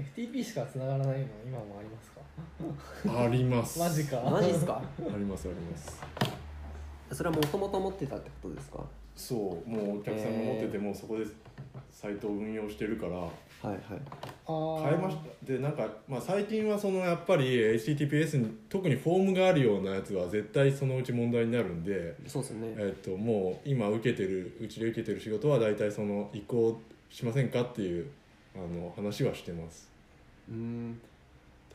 FTP しか繋がらないの今もありますかありますマジかマジっすかありますありますそれはもともと持ってたってことですかそうもうお客さんが持っててもそこでサイトを運用してるからはいはい変えましたでなんか、まあ、最近はそのやっぱり HTTPS に特にフォームがあるようなやつは絶対そのうち問題になるんでそうですよねえっと、もう今受けてるうちで受けてる仕事は大体その移行しませんかっていうあの話はしてますうん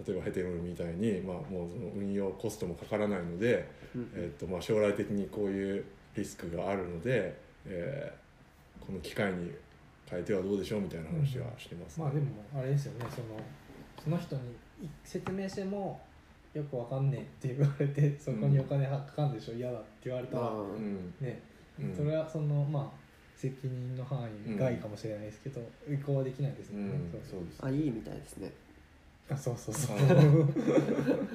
例えばヘテロみたいに、まあ、もうその運用コストもかからないので、うんえっとまあ、将来的にこういうリスクがあるので、えーこの機会に変えてはどうでしょうみたいな話はしてます、まあでもあれですよねそのその人にい説明してもよくわかんねえって言われてそこにお金はかかんでしょ嫌だって言われたら、あうーんねうんそれはそのまあ責任の範囲外かもしれないですけど、移行はできないですうもんね、ん、そそううですあいいみたいですねあそうそうそうあの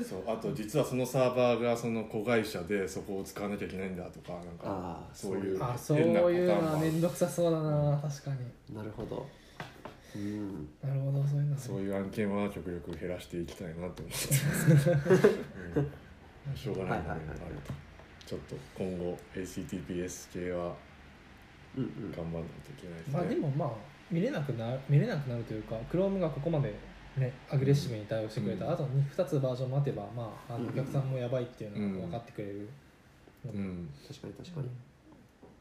そうあと実はそのサーバーがその子会社でそこを使わなきゃいけないんだとかなんかああそういう あそういうのは面倒くさそうだな確かになるほどうんなるほどそういうのはねそういう案件は極力減らしていきたいなと思ってます、うんしょうがないな、はいはいはいあれちょっと今後 HTTPS 系はうんうん頑張らないといけないですね、まあでもまあ見れなくな見れなくなるというか Chrome がここまでねアグレッシブに対応してくれた、うんあと 2, つバージョン待てばまああうんのうんお客さんもやばいっていうのが分かってくれる、うっん、確かに確かに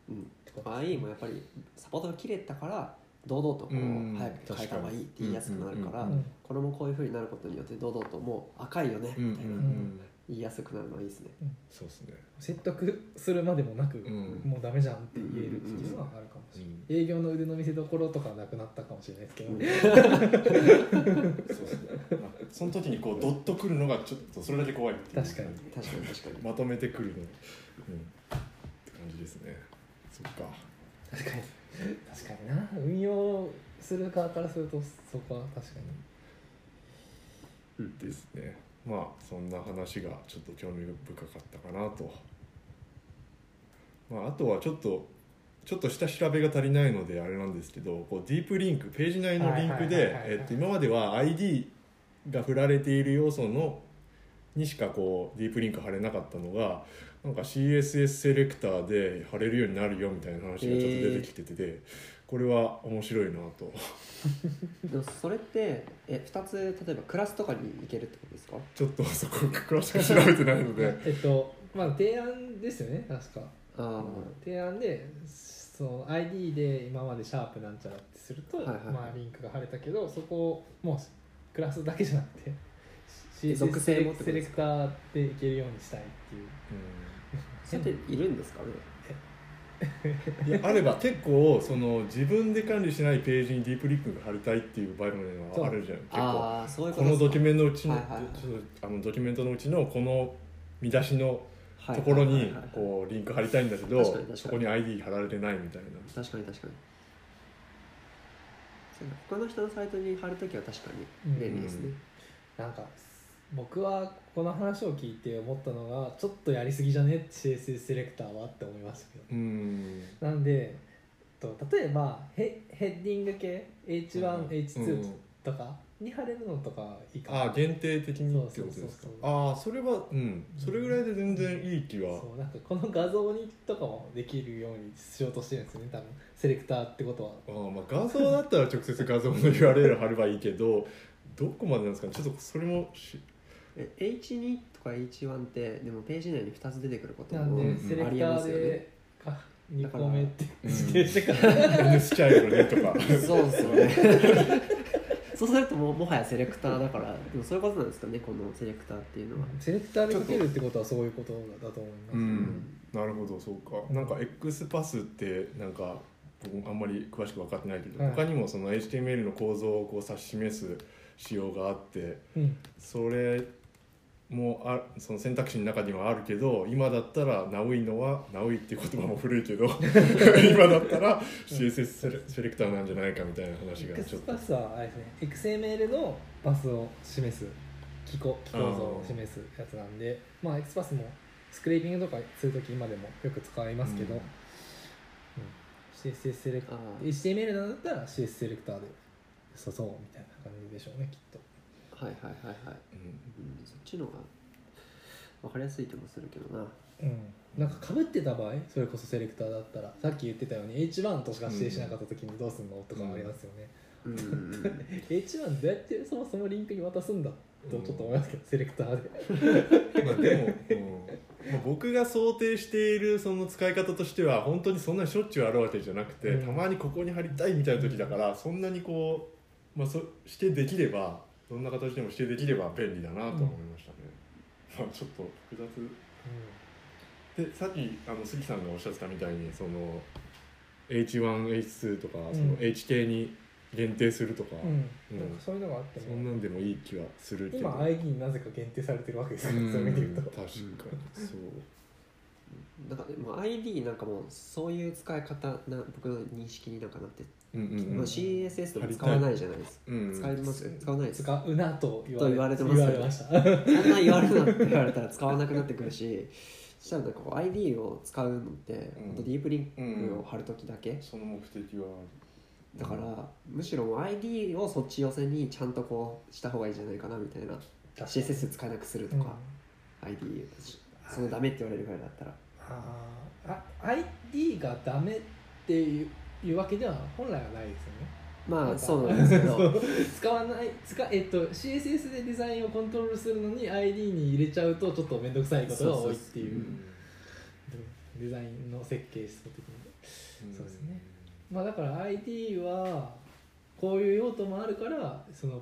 うんてことですね IE もやっぱりサポートが切れたから堂々とこううん早く変えた方がいいって言いやすくなるかうらんうんこれもこういうふうになることによって堂々ともう赤いよねうんうんみたいなうん言いやすくなるのはいいですねそうですね、説得するまでもなく、んもうダメじゃんって言えるっていうのはあるかもしれない、営業の腕の見せ所とかなくなったかもしれないですけど、うんそうですねまあその時にこうドッとくるのがちょっとそれだけ怖いっていう確かに確かに確かにまとめてくるの、うん、って感じですねそっか確かに確かにな運用する側からするとそこは確かにですねまあそんな話がちょっと興味深かったかなと、まあ、あとはちょっとちょっとした調べが足りないのであれなんですけどこうディープリンクページ内のリンクはいはいはいではいえっと今までは ID が振られている要素のにしかこうディープリンク貼れなかったのがなんか CSS セレクターで貼れるようになるよみたいな話がちょっと出てきてて、これは面白いなとでもそれってえ2つ例えばクラスとかに行けるってことですかちょっとそこ詳しく調べてないの でえっとまあ提案ですよね確かあ提案でその ID で今までシャープなんちゃらってすると、はいはいまあ、リンクが貼れたけどそこをもうクラスだけじゃなく て CSS 属性もってことセレでクすターでいけるようにしたいっていうあそれっているんですかねうんいやあれば結構その自分で管理しないページにディープリンクが貼りたいっていう場合もあるじゃん結構ああそういうこことのドキュメメントのうちの,、はいはいはいちょっとあのドキュメントのうちのこの見出しのンところにこうリンク貼りたいんだけど確かに確かにそこに ID 貼られてないみたいな確かに確かにそうか他の人のサイトに貼るときは確かに便利ですね、なんか僕はこの話を聞いて思ったのがちょっとやりすぎじゃね CSS セレクターはって思いましたけどうんなんで、えっと、例えばヘヘッディング系 H1、うん H2 とかに貼れるのとかいいかなああ限定的にってことそうそうですそかうそうああそれはうんそれぐらいで全然いい気はそうなんかこの画像にとかもできるようにしようとしてるんですよね多分セレクターってことはあーまあ画像だったら直接画像の URL 貼ればいいけどどこまでなんですかねちょっとそれもしえ H2 とか H1 ってでもページ内に2つ出てくることなんもうでんセレあクりえタまーすよねでか2だから個目って うん指定してから N しちゃえよねとか そうですよね そうするともうもはやセレクターだからでもそういうことなんですかねこのセレクターっていうのは、セレクターでかけるってことはそういうことだと思います、うんなるほどそうかなんか X パスってなんか僕もあんまり詳しく分かってないけど、はい他にもその HTML の構造をこう指し示す仕様があってうんそれもあその選択肢の中にはあるけど今だったら「ナウイのは「ナウイっていう言葉も古い けど今だったら CSS セレセレクターなんじゃないかみたいな話がち X ょっとパ。スはあれですね XML のパスを示す機構機構像を示すやつなんでまあ X パスもスクレーピングとかするとき今でもよく使いますけうど、うんん CSS セレクああ HTML なんだったら CS セレクターでそうそうみたいな感じでしょうねきっとはいはいはいはい、うんうん、そっちの方が分かりやすい気もするけどなうんなんかかぶってた場合それこそセレクターだったらさっき言ってたように H1 としか指定しなかった時にどうすんの、とかもありますようんうんうね、ん H1 どうやってそもそもリンクに渡すんだとうんちょっと思いますけど、セレクターでまあでも、うんまあ僕が想定しているその使い方としては本当にそんなにしょっちゅうあるわけじゃなくて、うんたまにここに貼りたいみたいな時だからそんなにこう、まあ、そしてできればどんな形でもしてできれば便利だなとは思いましたね。まあ、ちょっと複雑でさっきあの杉さんがおっしゃってたみたいにその H1H2 とかその HK に限定するとか、うん、うんなんかそういうのがあってそんなもんでもいい気はするけど。今 ID になぜか限定されてるわけですうよ、んそれ見てると確 かにそうなんかでも ID なんかもうそういう使い方な僕の認識になんかなって、うんうんうんまあ、CSS とか使わないじゃないですか、うん使います使わないですか使うなと言われと言われてますよね言われましたそんな言われるなって言われたら使わなくなってくるしそしたらなんかこう ID を使うのって、うんほんとディープリンクを貼るときだけ、その目的はだからむしろもう ID をそっち寄せにちゃんとこうした方がいいんじゃないかなみたいな CSS 使えなくするとか、ID そのダメって言われるぐらいだったらあーあ ID がダメっていういうわけでは本来はないですよねまあそうなんですけど使わない使えっと CSS でデザインをコントロールするのに ID に入れちゃうとちょっと面倒くさいことが多いっていうそうそうデザインの設計思想的にそうですねまあだから ID はこういう用途もあるからその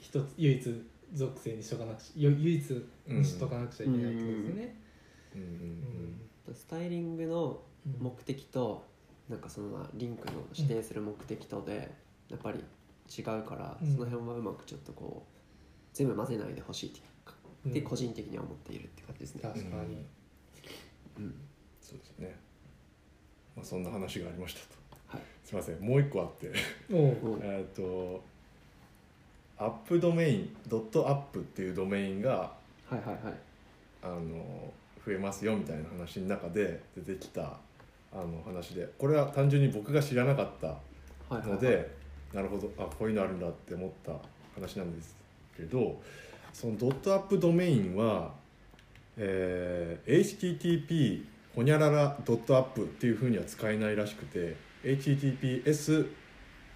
一つ唯一属性にしとかなくち唯唯一にしとかなくちゃいけないってことですね、うんうん スタイリングのうん目的となんかそのまあリンクの指定する目的とでやっぱり違うから、うんその辺はうまくちょっとこう全部混ぜないでほしいっていうかうんで個人的には思っているって感じですね。確かに、うんそうですねまあそんな話がありましたはといすいませんもう一個あっておううんえっとアップドメインドットアップっていうドメインがはいはいはい。あの増えますよみたいな話の中で出てきたあの話でこれは単純に僕が知らなかったはいはいはいのでなるほどあこういうのあるんだって思った話なんですけどそのドットアップドメインは、えー http ほにゃららドットアップっていうふうには使えないらしくて https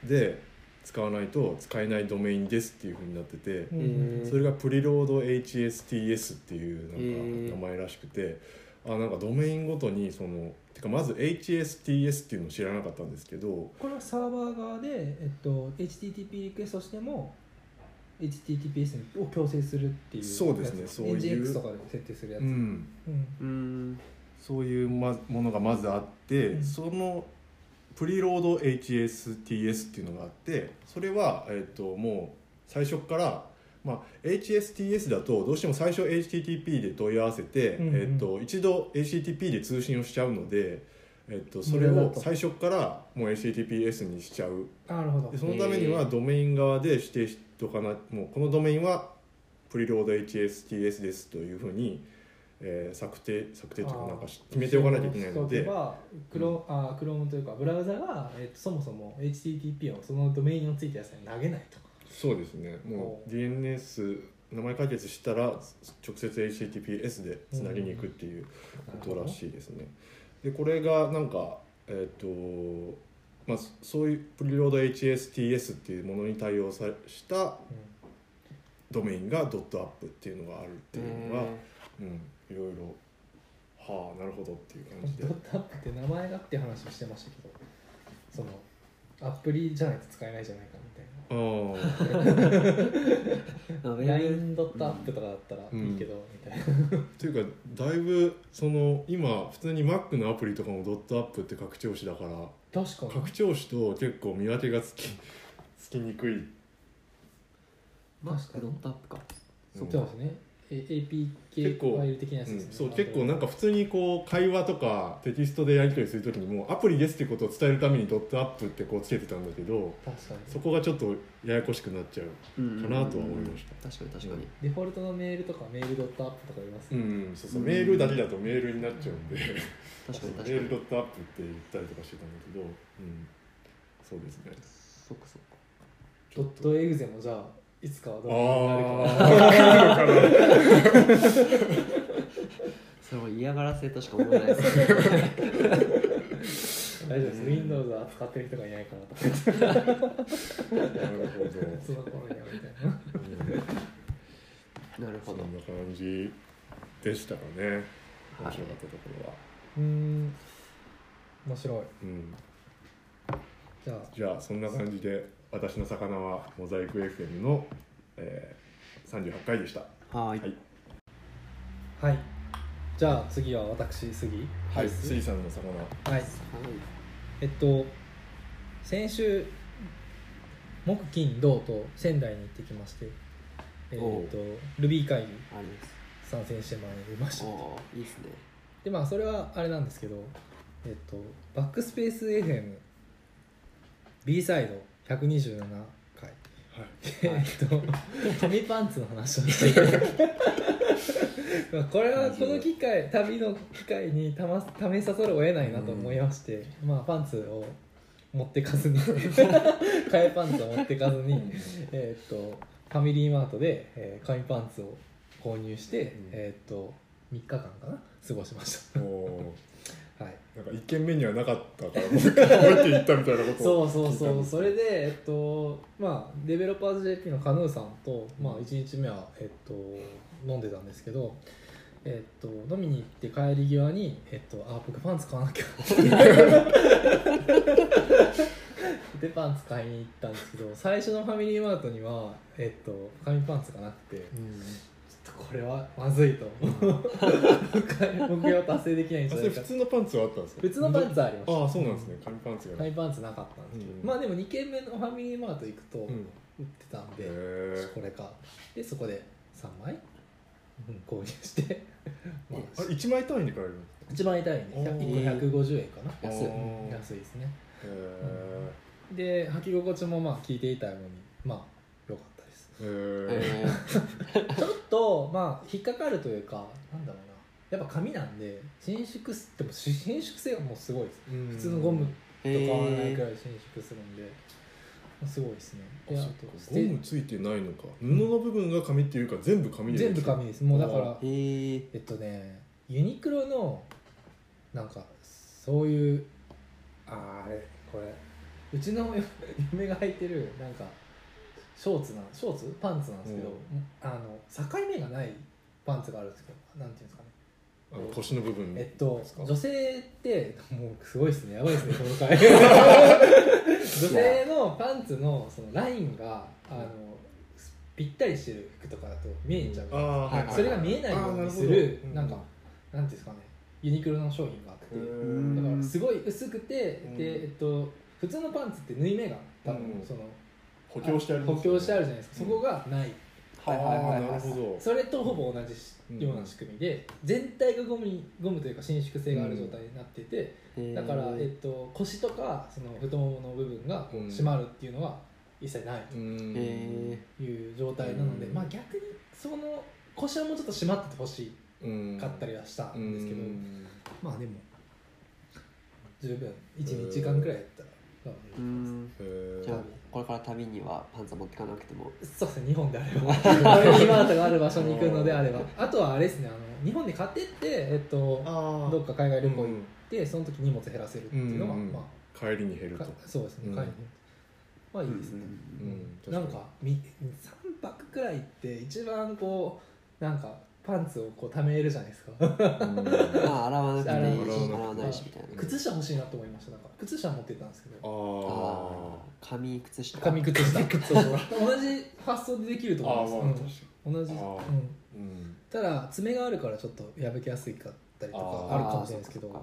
で使わないと使えないドメインですっていうふうになってて、うんえーそれがプリロード HSTS っていうえなーんか名前らしくて、あなんかドメインごとにそのてかまず HSTS っていうの知らなかったんですけどこれはサーバー側で、えっと、HTTP リクエストしても HTTPS を強制するっていうそうですねやつそういう NGX とかで設定するやつ、うんうんうんそういうまものがまずあって、うんそのプリロード HSTS っていうのがあってそれは、えっともう最初から、まあ、HSTS だとどうしても最初 HTTP で問い合わせて、うんうんえっと一度 HTTP で通信をしちゃうので、えっとそれ無駄だをと最初からもう HTTPS にしちゃうなるほどでそのためにへはードメイン側で指定しとかなもうこのドメインはプリロード HSTS ですというふうに、えー策定策定というかなんかし決めておかなきゃいけないのそうでけばクロ、あクロームというかブラウザが、えっと、そもそも HTTP をそのドメインをついたやつに投げないとそうですねもおう DNS 名前解決したら直接 HTTPS でつなぎに行くっていうことらしいですね。でこれがなんかえっ、とまあそういうプリロード HSTS っていうものに対応さしたドメインがドットアップっていうのがあるっていうのが。うん、いろいろはあなるほどっていう感じでドットアップって名前がっていう話をしてましたけどそのアプリじゃないと使えないじゃないかみたいあなーあウェブ LINE ドットアップとかだったらいいけど、みたいなというかだいぶその今普通に Mac のアプリとかもドットアップって拡張子だから確かに拡張子と結構見分けがつき つきにくいマスクドットアップかそうですねえ APK 結構ファイル的なやつうですねん、、そう結構なんか普通にこう会話とかテキストでやり取りするときにもアプリですってことを伝えるためにドットアップってこうつけてたんだけど確かにそこがちょっとややこしくなっちゃうかかなとは思いました確かに確かにデフォルトのメールとかメールドットアップとか言いますうね、んそうそうメールだけだとメールになっちゃうんで確かに確メーかルドにットアップって言ったりとかしてたんだけど、うん、そうですねそっかそっかドットエグゼもじゃあいつかはどうなるかなああーそれも嫌がらせとしか思えないです ね大丈夫です Windows は使ってる人がいないかなと かなるほど、その頃にはみたいなうんなる そほんどな感じでしたかね面はい白かったところは、うーん面白いうん、じゃあじゃあそんな感じで「私の魚はモザイク FM の」えー、38回でしたはーいはいはいじゃあ次は私杉はいです水産の 魚はいえっと先週木金銅と仙台に行ってきましてえおーうっとルビー会議ありです参戦してまいりましたおーいいですねでまあそれはあれなんですけどえっとバックスペース FMB サイド127回ではいえっと紙パンツの話をしていて まあこれはこの機会旅の機会にたま試さざるを得ないなと思いまして、まあパンツを持ってかず に替えパンツを持ってかずにえーっとファミリーマートで、えー紙パンツを購入して、んえーっと3日間かな過ごしましうんおーたはいなんか一軒目にはなかったからもう一回覚えていったみたいなことそをうそう聞いたそんうですそれでえっとまあデベロッパーズ JP のカヌーさんと、まあ、1日目は、えっと、飲んでたんですけど、えっと、飲みに行って帰り際に「えっと、あ僕パンツ買 わなきゃ」でパンツ買いに行ったんですけど最初のファミリーマートには、えっと、紙パンツがなくてうんちょっとこれはまずいと目標達成できないんあじゃそないれか普通のパンツはあったんですか普通のパンツはありましたああそうなんですね紙パンツが紙パンツなかったんですけど、うんまあでも2軒目のファミリーマート行くと売うんってたんで、へーこれかでそこで3枚、うん購入 して、まああ一枚単位で買えるんですか一番痛いねおー100 150円かな安いあーうん安いですねへで履き心地もまあ聞いていたようにまあ良かったですえへえちょっとまあ引っかかるというかなんだろうなやっぱ紙なんで伸縮すでもし伸縮性がもうすごいですえ普通のゴムーと変わらないえくーらい伸縮するんで、すごいですねあいやそっかスゴテムついてないのか布の部分が紙っていうか全部紙で全部紙ですもうだかあらへええっとねユニクロのなんかそういうあーあれこれうちの 嫁嫁が履いてるなんかショーツなショーツパンツなんですけど、うんあの境目がないパンツがあるんですけどなんていうんですかねあの腰の部分えっとですか女性ってもうすごいですねやばい ですねこの回女性のパンツのそのラインがあのぴったりしてる服とかだと見えちゃうああはいはいはいそれが見えないようにするあーななるほどんかなんていうんですかねユニクロの商品があってへだーからすごい薄くて、うんでえっと普通のパンツって縫い目が多分、うんその補強してあるんですね補強してあるじゃないですか、うんそこがないはいはいはいあーはないるほどそれとほぼ同じしうんような仕組みで、全体がゴムにゴムというか伸縮性がある状態になってて、へーだから、えっと、腰とかその太ももの部分がうん締まるっていうのは一切ないうーんへという状態なので、うんまあ逆にその腰はもうちょっと締まっててほしうんかったりはしたんですけど、うんまあでも十分12時間くらいやったら、ううんへーじゃあこれから旅にはパンツは持ってかなくてもそうですね日本であれ ばファミリーマートがある場所に行くのであればあとはあれですねあの日本で買ってって、えっと、あーどっか海外旅行行っうんてその時荷物減らせるっていうのは、うんうんま帰りに減るあ とかそうですね、うん海外まあいいですね、うんなんかみ3泊くらいって一番こうなんかパンツをこうためるじゃないですか確かにうんまあ洗わなくていいし洗洗わわなくていいないしみたいな靴下欲しいなと思いましたなんか靴下持ってったんですけどあああ紙靴下紙靴下同じ発想でできるーとあー思いまあま確かす、うん、同じ、あーうん、にうんただ爪があるからちょっと破けやすいかったりとかあーあるかもしれないですけどそっか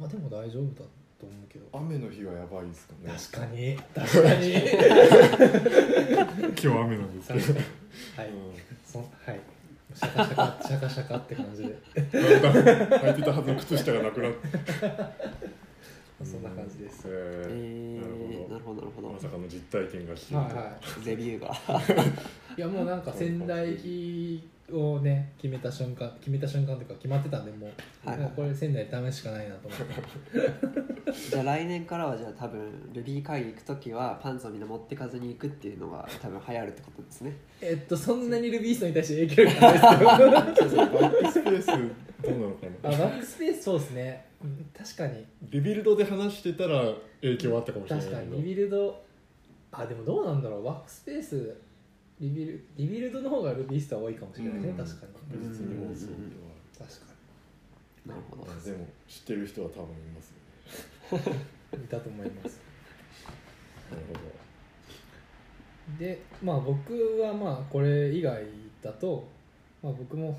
まあでも大丈夫だと思うけど雨の日はやばいですかね確かに確かに今日雨なんですけどはいそはいシャカシャカシャカシャカって感じで履いてたはずの靴下がなくな ってそんな感じですえへーー、なるほどなるほどまさかの実体験が聞けはいるとははい ゼビューがいやもうなんか仙台行きをね決めた瞬間決めた瞬間というか決まってたんでもう,、はいはいもうこれ仙台で試すしかないなと 思ってじゃあ来年からはじゃあ多分ルビー会議行く時はパンツをみんな持ってかずに行くっていうのが多分流行るってことですねえっとそんなにルビーストに対して影響力 ないですけどバックスペースどうなのかあなバックスペースそうですねうん確かにリビルドで話してたら影響はあったかもしれない確けかどにリビルドあでもどうなんだろうバックスペースリビルリビルドの方がルビーストは多いかもしれないね、うん確かに確実にもうそうで確かなるほどはでも知ってる人は多分いますにいたと思いますねなるほどでまあ僕はまあこれ以外だと、まあ、僕も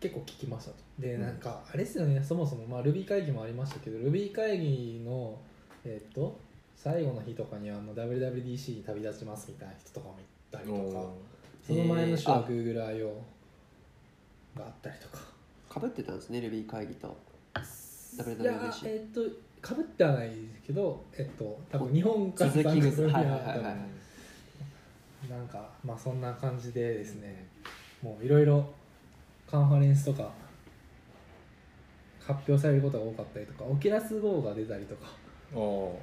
結構聞きましたとでうんなんかあれですよねそもそもまあ Ruby 会議もありましたけど Ruby 会議のえっと最後の日とかにはあの WWDC に旅立ちますみたいな人とかもいたりとかその前の週はへ Google IO があったりとかかぶってたんですねルビー会議と WWDC いやえっとかぶってはないですけどえっと多分日本から続きですはいはいはいはい多分なんかまあそんな感じでですねもういろいろカンファレンスとか発表されることが多かったりとかオキュラス GO が出たりとかあ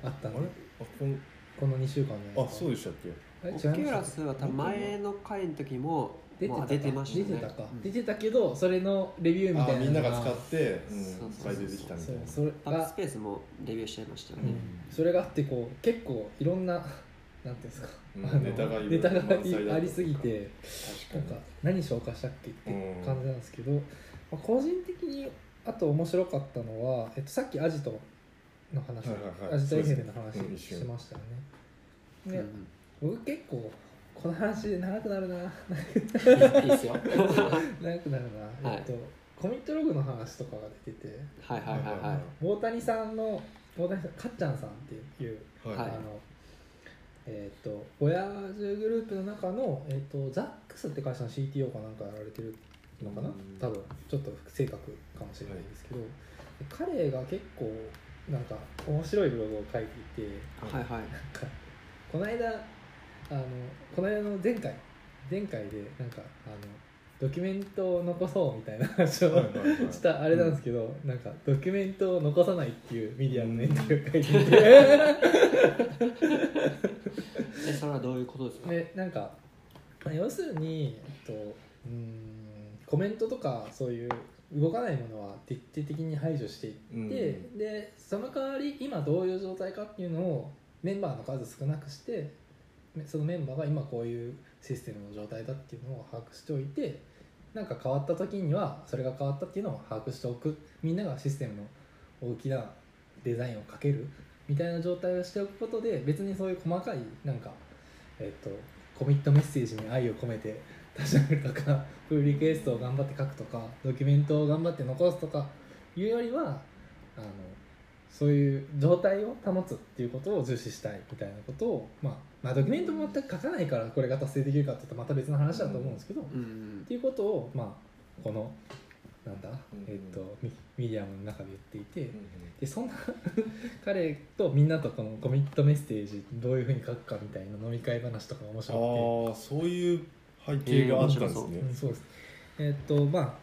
ああったあんれであこんこの2週間のあそうでしたっけあれ違オいまキしたュラスは多分前の回の時も出てまたあか出てましたね出てたかうん出てたけどそれのレビューみたいなあのみんなが使ってうんうんいっぱい出てきたみたそいうなそれバックがスペースもレビューしちゃいましたようね、んそれがあってこう結構いろんななんていうんですか、うんあのネタがいろいろネタが満載だったありすぎてな確んかかに何紹介したっけって感じなんですけど、まあ個人的にあと面白かったのは、えっと、さっきアジトの話、はいはいはいアジトそうエですヘねメの話うん一し瞬ましたようんね。で、僕結構この話長くな るなうんいいっすよはい長くなるな、はいえっと、コミットログの話とかが出ててはいはいは大谷さんの大谷さんかっちゃんさんっていうはいはいあのえっ、とボヤージュグループの中の、えー、とザックスって会社の CTO かなんかやられてるのかなうん多分ちょっと不正確かもしれないですけど、彼が結構なんか面白いブログを書いていていはいはいなんかこの間あのこの間の前回前回でなんかあのドキュメントを残そうみたいな話はいをはいはいしたあれなんですけど、なんかドキュメントを残さないっていうメディアのメンテが書いて てえそれはどういうことですか、でなんかまあ要するに、えっと、うーんコメントとかそういう動かないものは徹底的に排除していって、うんでその代わり今どういう状態かっていうのをメンバーの数少なくしてめそのメンバーが今こういうシステムの状態だっていうのを把握しておいてなんか変わった時にはそれが変わったっていうのを把握しておくみんながシステムの大きなデザインをかけるみたいな状態をしておくことで別にそういう細かいなんか、えっとコミットメッセージに愛を込めて立ち上げるとかこういうリクエストを頑張って書くとかドキュメントを頑張って残すとかいうよりはあのそういう状態を保つっていうことを重視したいみたいなことを、まあ、まあドキュメントも全く書かないからこれが達成できるかっていうとまた別の話だと思うんですけど、うっんていうことを、まあ、このなんだ、うんえっとミミディアムの中で言っていて、うんでそんな 彼とみんなとこのコミットメッセージどういうふうに書くかみたいな飲み会話とか面白ああそういう背景があったんですくねて、うん、そうですえっとまあ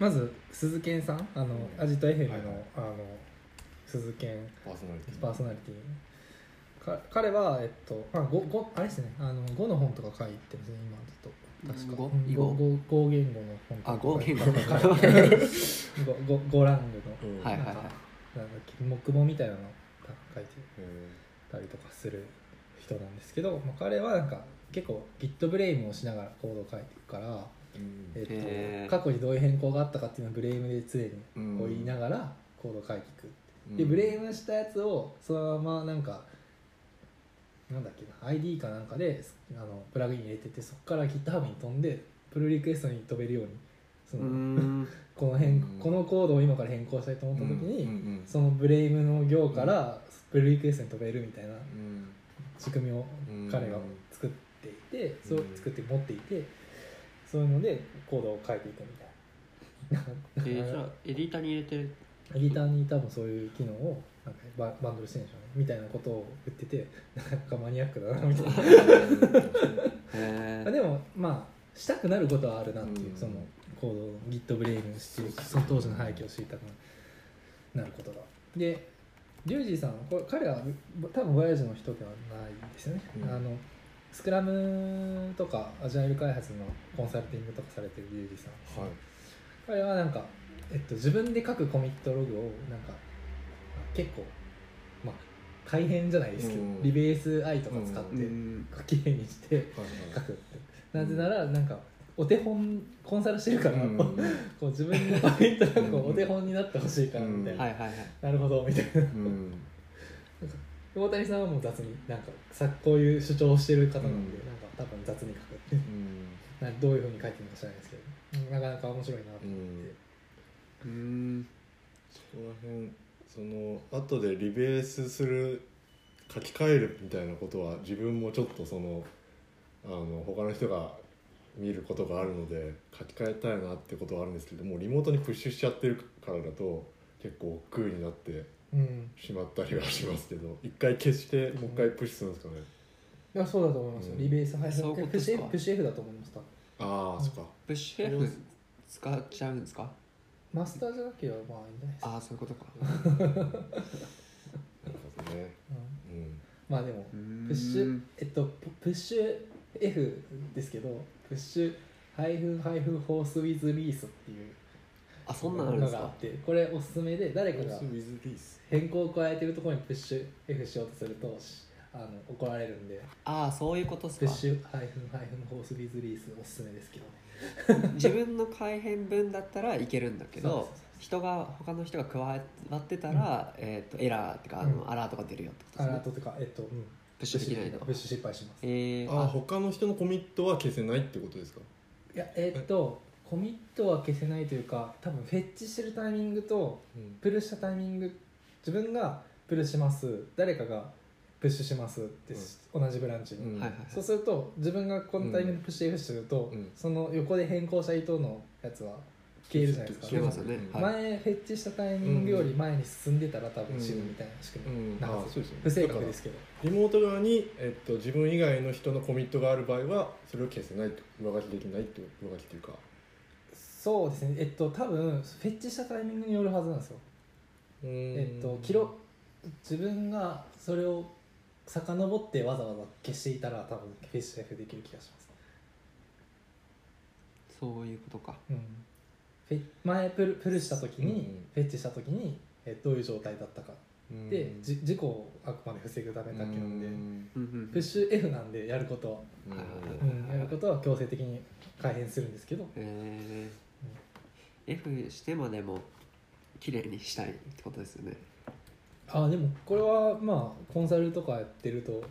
まず鈴賢さんあの、うんアジトエフェムの,、はいはいあの鈴賢パーソナリティパーソナリティか彼はえっとあごごあれですねあの語の本とか書いてますね今ちょっと確か語うん語語語言語の本とかあ語言語 書いてますはい語語語ラングのうんはいはいはないんかなんだっけ木語みたいなの書いてえたりとかする人なんですけど、まあ、彼はなんか結構 Git ブレイムをしながらコードを書いていくから、ーうんえへーっと、過去にどういう変更があったかっていうのをブレイムで常にうん追いながらコードを書いていくうんでブレイムしたやつをそのままなんかなんだっけな ID かなんかであのプラグイン入れててそこから GitHub に飛んでプルリクエストに飛べるようにそうの、んこのう変んこのコードを今から変更したいと思った時に、うんうんうんそのブレイムの行からプルリクエストに飛べるみたいなうん仕組みをうん彼が作っていて、うんそう作って持っていてそういうのでコードを書いていくみたいな。えー、じゃあエディターに入れてるギターに多分そういう機能をなんかババンドルしてるんでしょうねみたいなことを言っててなんかマニアックだなみたいなへあでもまあしたくなることはあるなっていう、うんその行動を Git ブレイムしてその当時の背景を知りたくなることがでリュウジーさんこれ彼は多分ワイヤージの人ではないですよね、うんあのスクラムとかアジャイル開発のコンサルティングとかされてるリュウジーさんはい彼はなんか、えっと、自分で書くコミットログをなんか結構まあ改変じゃないですけど、うんリベース I とか使っうてん綺麗にして書くって、 なぜならなんかお手本コンサルしてるから、 うんこう自分のコミットログをお手本になってほしいからうんみたいな、はいはいはいなるほどみたいなうん大谷さんはもう雑になんかさこういう主張をしてる方なんで、うんなんか多分雑に書く ってうんなどういうふうに書いてるのか知らないですけどうんなかなか面白いなと思って、うんうんそこら辺その後でリベースする書き換えるみたいなことは自分もちょっとそのあの他の人が見ることがあるので書き換えたいなってことはあるんですけどもうリモートにプッシュしちゃってるからだと結構億劫になってうんしまったりはしますけど一回消してもう一回プッシュするんですかねいやそうだと思いますよ、うんリベース配そういう信ことプッシでュす F かプッシュ F だと思います多分ああそっかプッシュ F 使っちゃうんですかマスターじゃなければまあいいんじゃないですか、ああそういうことかなるほどねうんうんまあでもププッシュえっとププッシュ F ですけどプッシュハイフンハイフンホースウィズリースっていうあそんなんあるんでのすがあかってこれおすすめで誰かがウィズリース変更を加えてるところにプッシュ F しようとするとしあの怒られるんでああそういうことっすプかッシュハイフンハイフンホースウィズリースおすすめですけどね自分の改変分だったらいけるんだけそうそうどそう人が他の人が加わってたら、えっとエラーってかあの、うんアラートが出るよってことアですラねートとかえっと、うん、プッシュできないのプッシュ失敗しますえー、あああ他の人のコミットは消せないってことですかいやえーっとコミットは消せないというか多分フェッチしてるタイミングとうんプルしたタイミング自分がプルします誰かがプッシュしますってし、同じブランチに、うんはいはいそうすると自分がこのタイミングでプッシュ F すると、うんその横で変更した糸のやつは消えるじゃないです消かえますよねうはんい前フェッチしたタイミングより前に進んでたら多分死ぬみたいな仕う組み、んなんかあそうですよね不正確ですけどリモート側に、えっと、自分以外の人のコミットがある場合はそれを消せないと上書きできないって上書きというかそうですねえっと多分フェッチしたタイミングによるはずなんですよええっと記録自分がそれを遡ってわざわざ消していたら多分フェッシュ F できる気がします、そういうことかうん、フェ前プルプルした時に、うんフェッチした時にえどういう状態だったかで、じ事故をあくまで防ぐためだけなんで、うんうんプッシュ F なんでやることは、はいはいはいうん、やることは強制的に改変するんですけどえー F してまでも綺麗にしたいってことですよねあでもこれはまあコンサルとかやってると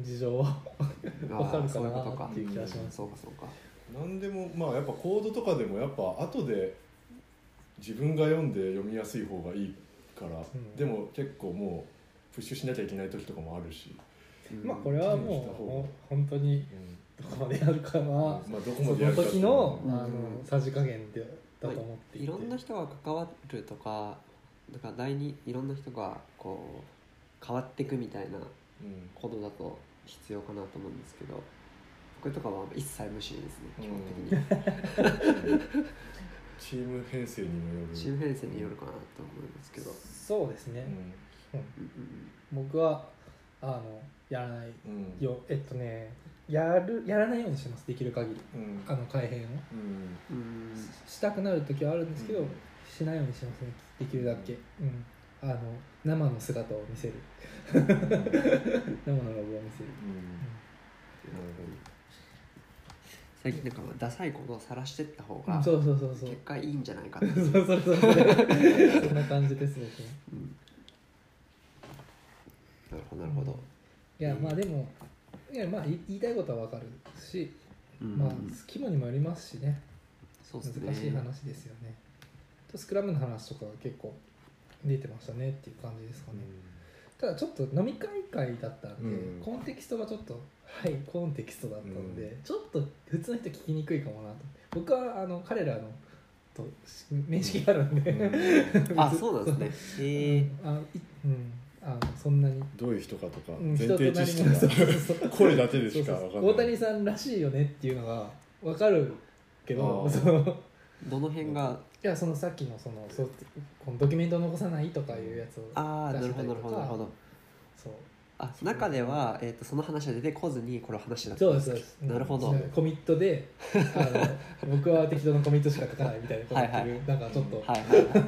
事情はわかあるーかそういなうことかっていう気がしますそうかそうか何でもまあやっぱコードとかでもやっぱ後で自分が読んで読みやすい方がいいから、んでも結構もうプッシュしなきゃいけない時とかもあるし、うんまあこれはもうもう本当にどこまでやるかなまあどこそまでやるのかって時いうはのうあんのさじ加減でだと思っていいてろんな人が関わるとかだから第二いろんな人がこう変わっていくみたいなうんことだと必要かなと思うんですけど僕とかは一切無視ですね基本的 にチーム編成にもよる周辺性によるかなと思うんですけど、そうですね、うんうん僕はあのやらないうんうんよえっとねやるやらないようにしてますできる限りうんあの改変うをんうんうんししたくなる時はあるんですけど、うんしないようにしてますねできるだけ、うん、あの生の姿を見せる生のロゴを見せるうん最近なんかダサいことを晒してった方うんがそうそうそうそう結果いいんじゃないかって そうそうそうそうそんな感じです僕もうんなるほどなるほど、いやうんまあでもいやまあい言いたいことはわかるし、うんまあ規模にもよりますしねそうですね難しい話ですよねとスクラムの話とかが結構出てましたねっていう感じですかね、ただちょっと飲み会会だったんで、うんコンテキストがちょっとはいコンテキストだったんで、うちょっと普通の人聞きにくいかもなと僕はあの彼らのとし面識があるんで、うん あそうなんですねへえあいうんあのそんなにどういう人かとかうん前人と提な知識りもそうがそう そう声だけでそしうかそうわかんない大谷さんらしいよねっていうのが分かるけどあーそのどの辺がいやそのさっきのそのそうこのドキュメントを残さないとかいうやつをああ出なるしたほどなりるとほどなるほかどそうあ中では、えー、とその話は出てこずにこの話だったそうですそうですなるほどうんコミットであの僕は適当なコミットしか書かないみたいなことを言ってるはいはなんかちょっと、はい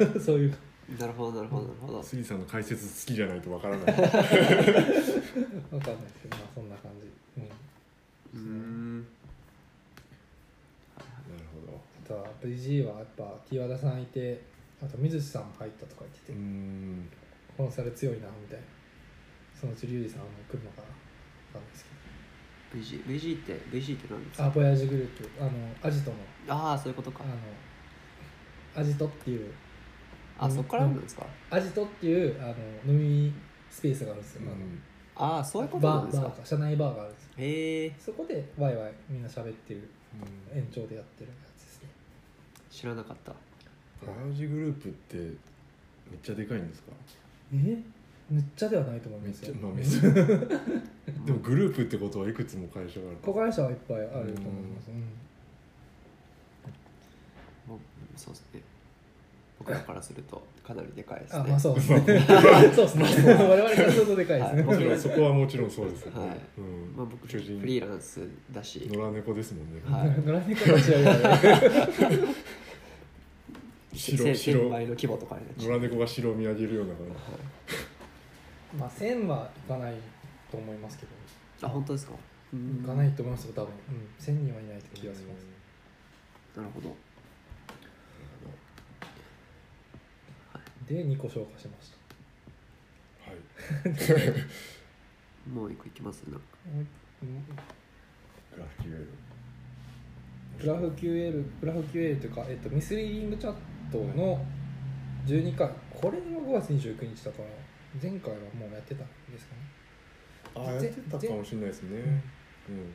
はいはそういういなるほどなるほどなるほど杉さんの解説好きじゃないとわからない、わかんないですけど、まあ、そんな感じ、うん、うーんなるほどあとは VG はやっぱ木和田さんいてあと水地さんも入ったとか言ってて、うんコンサル強いなみたいなそのうちリュウジさんも来るのかなわかんないですけ VG, VG って VG って何ですどかあボヤージュグループあのアジトのああそういうことあかのアジトっていうあそこからなんですかアジトっていうあの飲みスペースがあるんですよ、あのああそういうことなんバでーすバかーか社内バーがあるんですよへえそこでワイワイみんな喋ってる延長でやってるやつですね知らなかったバラウジグループってめっちゃでかいんですかえむっちゃではないと思いめまっすちよゃまあめっちゃ でもグループってことはいくつも会社がある子会社はいっぱいあると思います、うんもうそうですね僕らからするとかなりでかいですねあまあそうですね そうですね我々からするとでかいですはね、いもちろんそこはもちろんそうですよね、はいうんまあ僕フ巨人リーランスだし野良猫ですもんね、はい 野良猫の試合がね 白先白輩の規模とかになっちゃう野良猫が白を見上げるような感まあ1000はいかないと思いますけどあ本当ですかいかないと思いますよ多分、うん、1000人はいないってじ気がします、なるほどで2個消化しましたはいもう一個いきますなんかうんグラフ QL グラフ QL グラフ QL というか、えっと、ミスリーディングチャットの12回これが5月29日だから前回はもうやってたんですかねあやってたかもしれないですねうん、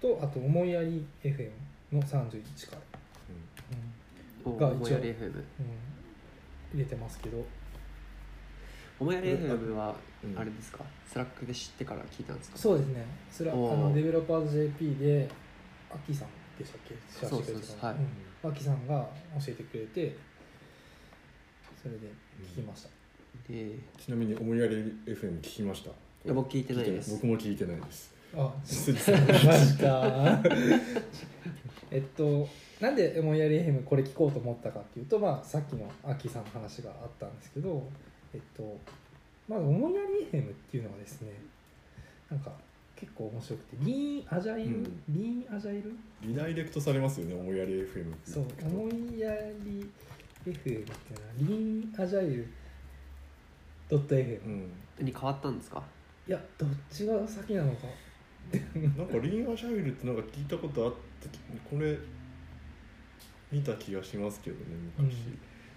とあと「思いやり FM」の31回、うんおがも一応やり FM 入れてますけどおもやり FM はうんあれですか、スラックで知ってから聞いたんですかそうですねそれはあおーのデベロッパーズ JP でアキさんでしたっけシェアしてくれてそうそうそたうはいのうんアキさんが教えてくれてそれで聞きました、でいちなみに思いやり FM 聞きましたや僕聞いてないです僕も聞いてないです あ実そうですか えっとなんで「思いやり FM」これ聞こうと思ったかっていうと、まあ、さっきのアッキーさんの話があったんですけどえっとまず「思いやり FM」っていうのはですねなんか結構面白くてリーンアジャイル、うんリーンアジャイルリダイレクトされますよね思いやり FM ってそう「思いやり FM」っていうのはリーンアジャイルドット FM、ういんに変わったんですかやどっちが先なのかなんかリンアシャイルってなんか聞いたことあったきこれ見た気がしますけどね昔、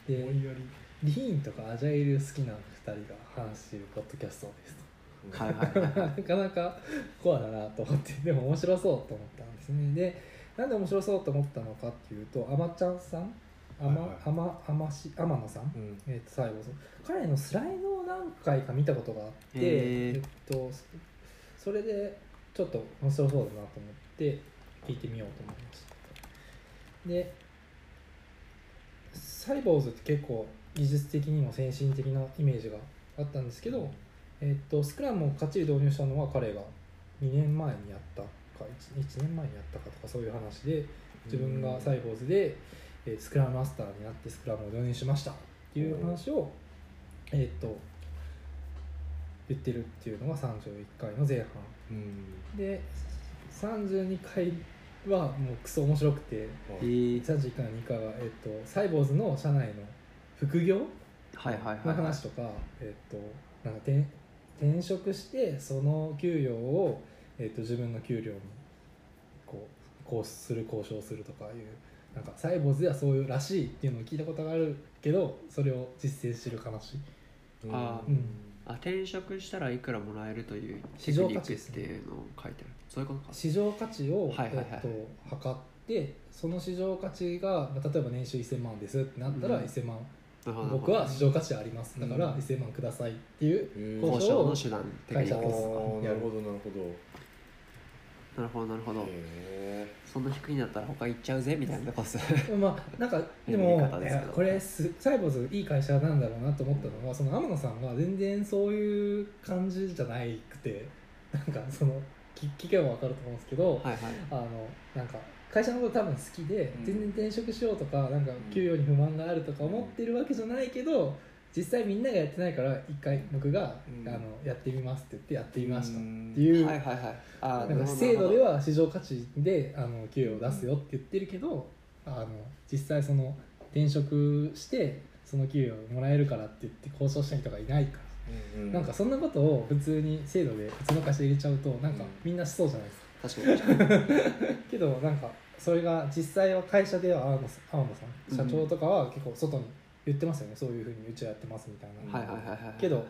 で思いやり、リーンとかアジャイル好きな2人が話しているポッドキャストですはいはいはいと なかなかコアだなと思ってでも面白そうと思ったんですねでなんで面白そうと思ったのかっていうとあまちゃんさんあはいはいまあまあまし天野さん、うんえー、と最後彼のスライドを何回か見たことがあって、へーえっと、そそれでちょっと面白そうだなと思って聞いてみようと思いましたでサイボーズって結構技術的にも先進的なイメージがあったんですけど、えっと、スクラムをかっちり導入したのは彼が2年前にやったか 1, 年前にやったかとかそういう話で自分がサイボーズで、えースクラムマスターになってスクラムを導入しましたっていう話を、えっと言ってるっていうのが31回の前半うんで32回はもうクソ面白くてえはいー、 31回の2回は、えっとサイボーズの社内の副業はいはいはいのはい話とか、えっとなんか転転職してその給与を、えっと自分の給料にこうこうする交渉するとかいうなんかサイボーズではそういうらしいっていうのを聞いたことがあるけどそれを実践してる話あーうんあ転職したらいくらもらえるというテ市ク場ニ価ック値っですねていうのを書いてあるそういうことか市場価値を、はいはいはいえっと、測ってその市場価値がまあ例えば年収1000万ですってなったらうん1000万、なるほど僕は市場価値ありますだかうらん1000万くださいっていうえー交渉の手段テクニあッークですなるほどなるほどなるほどなるほど、へそんな低いんだったら他行っちゃうぜみたいなコ スまあなんかで言いも方ですけどいやこれすサイボーズいい会社なんだろうなと思ったのはその天野さんが全然そういう感じじゃないくてなんかその聞聞けば分かると思うんですけど、はいはいあのなんか会社のこと多分好きで、うん全然転職しようとかなんか給与に不満があるとか思ってるわけじゃないけど実際みんながやってないから一回僕が、うんあのやってみますって言ってやってみましたうっんていう、はいはいはいあーなんなるかほど制度でなるは市場価値であの給与を出すよって言ってるけどあの実際その転職してその給与をもらえるからって言って交渉した人がいないから、ーうんなんかそんなことを普通に制度で別の会社に入れちゃうとなんかうんみんなしそうじゃないですか、ほど確かに確かけどなんかそれが実際は会社では青野さん青野さん社長とかは結構外に言ってますよね、そういうふうにうちはやってますみたいな、 にはいはいはいはいけど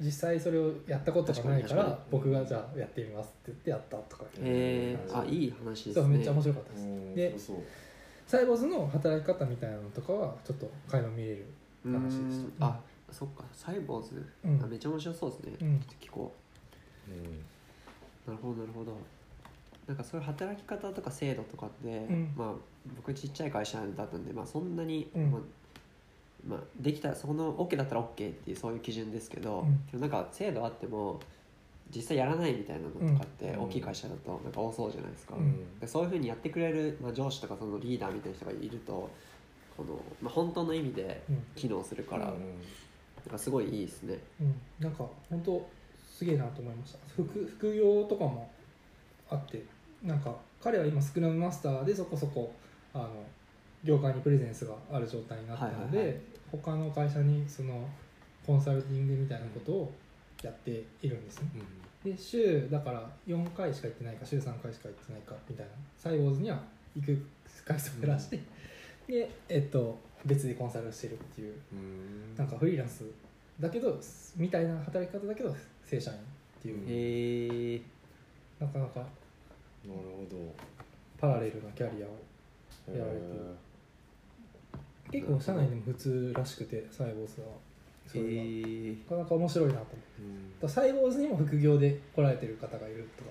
実際それをやったことがない確かにから確かに僕がじゃあやってみますって言ってやったとかいうえー、あいい話ですそうねめっちゃ面白かったです、うんでそうそうサイボーズの働き方みたいなのとかはちょっと垣間見れる、うーん話でしたあそっかサイボーズ、うんあめっちゃ面白そうですね、うんちょっと聞こうんうなるほどなるほどなんかそういう働き方とか制度とかって、んまあ僕ちっちゃい会社だったんで、まあ、そんなに、うんまあまあ、できたそこの OK だったら OK っていうそういう基準ですけど、うんでもなんか制度あっても実際やらないみたいなのとかってうん大きい会社だとなんか多そうじゃないですか、うんでそういうふうにやってくれる、まあ、上司とかそのリーダーみたいな人がいるとこの、まあ、本当の意味でうん機能するから、うんなんかすごいいいですねうん、なんか本当すげえなと思いました副副業とかもあってなんか彼は今スクラムマスターでそこそこあの業界にプレゼンスがある状態になったので、はいはいはい他の会社にそのコンサルティングみたいなことをやっているんですねうんで週だから4回しか行ってないか週3回しか行ってないかみたいなサイボーズには行く回数を減らして、でえっと別でコンサルをしてるっていううんなんかフリーランスだけどみたいな働き方だけど正社員っていう、うんへえなかなかなるほどパラレルなキャリアをやられてるへー結構社内でも普通らしくてサイボーズはそえれがなーかなか面白いなと思ってだからサイボーズにも副業で来られてる方がいるとか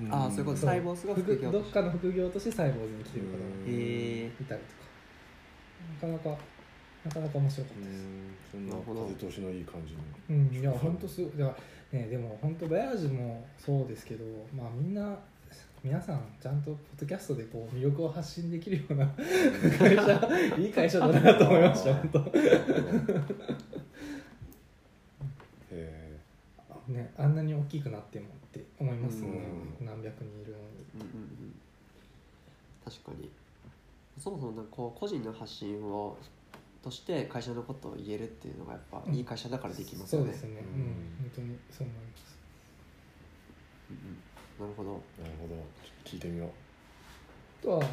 うんああそういうこそとうサイボースが副業副どっかの副業としてサイボーズに来てる方もうんえいたりとかなかなかなかなか面白かったですそんな風通しのいい感 じのうん、いや本当すごいだから、ね、でも本当バヤージュもそうですけど、まあ、みんな皆さんちゃんとポッドキャストでこう魅力を発信できるような会社いい会社だなと思いました本当へね、あんなに大きくなってもって思いますね、うん何百人いるのに。うんうんうん確かにそもそもなんかこう個人の発信をとして会社のことを言えるっていうのがやっぱうんいい会社だからできますよそうねです、ね、ううんん本当にそう思いますうんうん、なるほどえなるほど聞いてみようあとは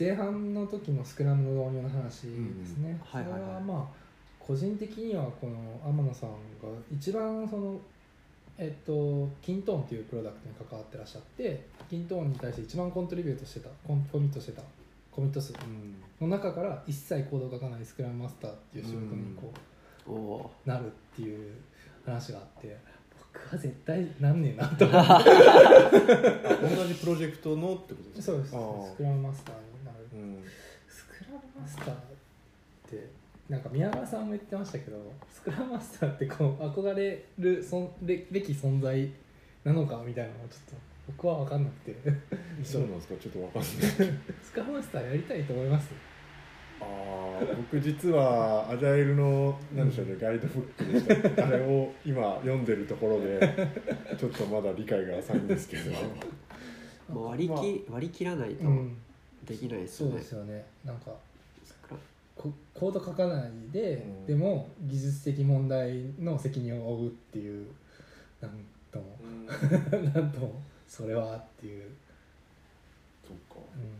前半の時のスクラムの導入の話ですね、うんはいはいはいそれはまあ個人的にはこの天野さんが一番そのえっとキントーンっていうプロダクトに関わってらっしゃってキントーンに対して一番コントリビュートしてたコンコミットしてたコミット数うんの中から一切コードを書かないスクラムマスターっていう仕事にこう、おおなるっていう話があって僕は絶対なんねえなと思って同じプロジェクトのってことですそかうですあスクあラムマスターになるうんスクラムマスターってなんか宮川さんも言ってましたけどスクラムマスターってこう憧れるそんれべき存在なのかみたいなのがちょっと僕は分かんなくて そうなんですかちょっとわかんないスクラムマスターやりたいと思いますああ僕実はアジャイルの何でしょうね、ガイドブックでしたっけあれを今読んでるところ でちょっとまだ理解が浅いんですけどまあ割り切割り切らないとうんできないですそようねで、すよねなんかそっかこコード書かないで、うんでも技術的問題の責任を負うっていうなんとも なんともそれはっていう、そうかうん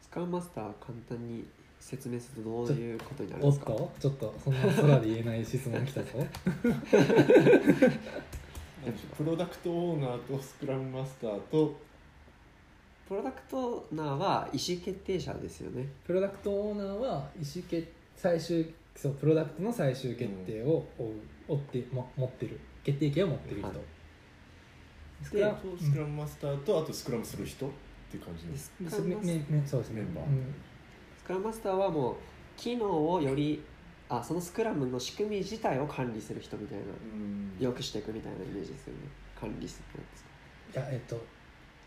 スクラムマスター簡単に説明するとどういうことになるんおでっすかとちょっとそんな空で言えない質問来たぞプロダクトオーナーとスクラムマスターとプロダクトオーナーは意思決定者ですよねプロダクトオーナーは意思決最終そうプロダクトの最終決定を追う、追って、も持ってる決定権を持ってる人、はいスクラとスクラムマスターとあとスクラムする人っていう感じでですスうクラんでそムめマスめめそうですねメンバーうんスクラムマスターはもう機能をよりあそのスクラムの仕組み自体を管理する人みたいなうん良くしていくみたいなイメージですよね管理するんですかいやえっと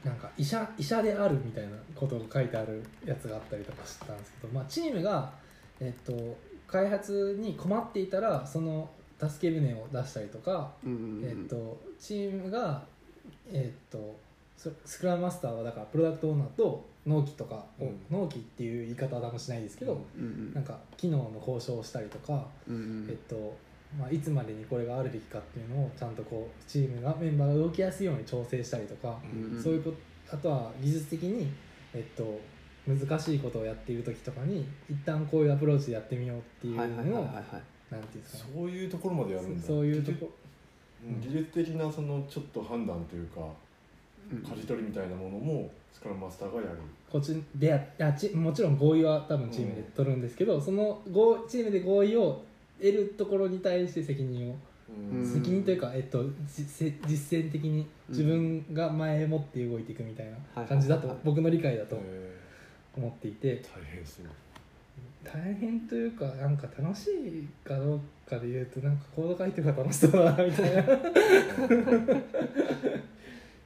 なんか医者医者であるみたいなことが書いてあるやつがあったりとかしたんですけど、まあ、チームが、えっと、開発に困っていたらその助け舟を出したりとかうんうんうんえっと、チームが、えっと、そスクラムマスターはだからプロダクトオーナーと納期とかうを、ん納期っていう言い方はあんましないですけど、うんうんなんか機能の交渉をしたりとか、うんうんえっとまあ、いつまでにこれがあるべきかっていうのをちゃんとこうチームがメンバーが動きやすいように調整したりとか、うんうんそういうことあとは技術的に、えっと、難しいことをやっている時とかに一旦こういうアプローチでやってみようっていうのはをいはいはいはいはいなんていうんですかねそういうところまでやるんだそそういうとこうん技術的なそのちょっと判断というかうんうん舵取りみたいなものもスクラムマスターがやるこっちでやあちもちろん合意は多分チームで取るんですけど、その合チームで合意を得るところに対して責任を、うん責任というか、えっと、じせ実践的に自分が前もって動いていくみたいな感じだはいと、はいはい僕の理解だとえ思っていてー大変そう大変というかなんか楽しいかどうかで言うとなんかコード書いてるから楽しそうだなみたいな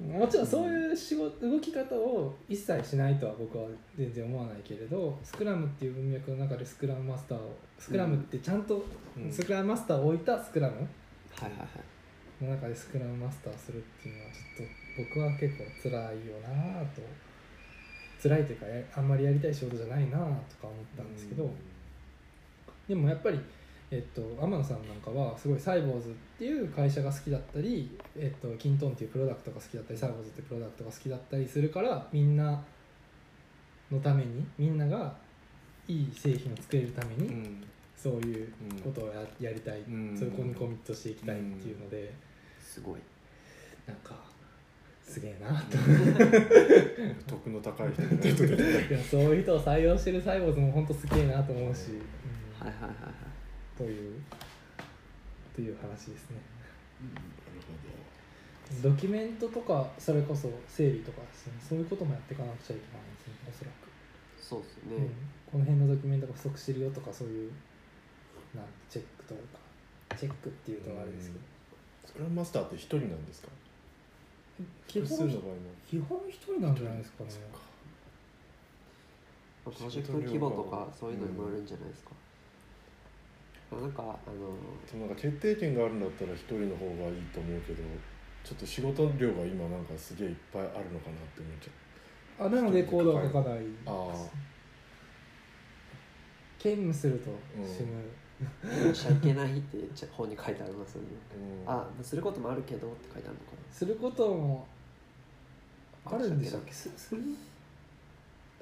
もちろんそういう仕事動き方を一切しないとは僕は全然思わないけれどスクラムっていう文脈の中でスクラムマスターをスクラムってちゃんとうんスクラムマスターを置いたスクラムはいはいはいの中でスクラムマスターをするっていうのはちょっと僕は結構辛いよなぁと辛いというかやあんまりやりたい仕事じゃないなぁとか思ったんですけど、でもやっぱり、えっと、天野さんなんかはすごいサイボーズっていう会社が好きだったり、えっと、キントンっていうプロダクトが好きだったりサイボーズっていうプロダクトが好きだったりするからみんなのためにみんながいい製品を作れるためうに、んそういううんことをややりたい、うんそこにコミットしていきたいっていうので、すごいなんかすげえなと得の高い人みたいな人でいやそういう人を採用してるサイボーズも本当すげえなと思うし、うんはいはいはいはいというという話ですねドキュメントとかそれこそ整理とかですねそういうこともやっていかなくちゃいけないですねおそらく、そうですね、うんこの辺のドキュメントが不足してるよとかそういうなんチェックというかチェックっていうのはあれですけど、スクラムマスターって一人なんですか基複数の場本合も基本一人なんじゃないですかねまあプロジェクトの規模とかそういうのにもよるんじゃないですか、なんかあのでもなんか決定権があるんだったら一人の方がいいと思うけどちょっと仕事量が今なんかすげえいっぱいあるのかなって思っちあなので行動は書かないゃうああ兼務すると死ぬ、しちゃいけないってちゃ本に書いてありますよねうんあすることもあるけどって書いてあるのかなすることもあるんでしたっけすする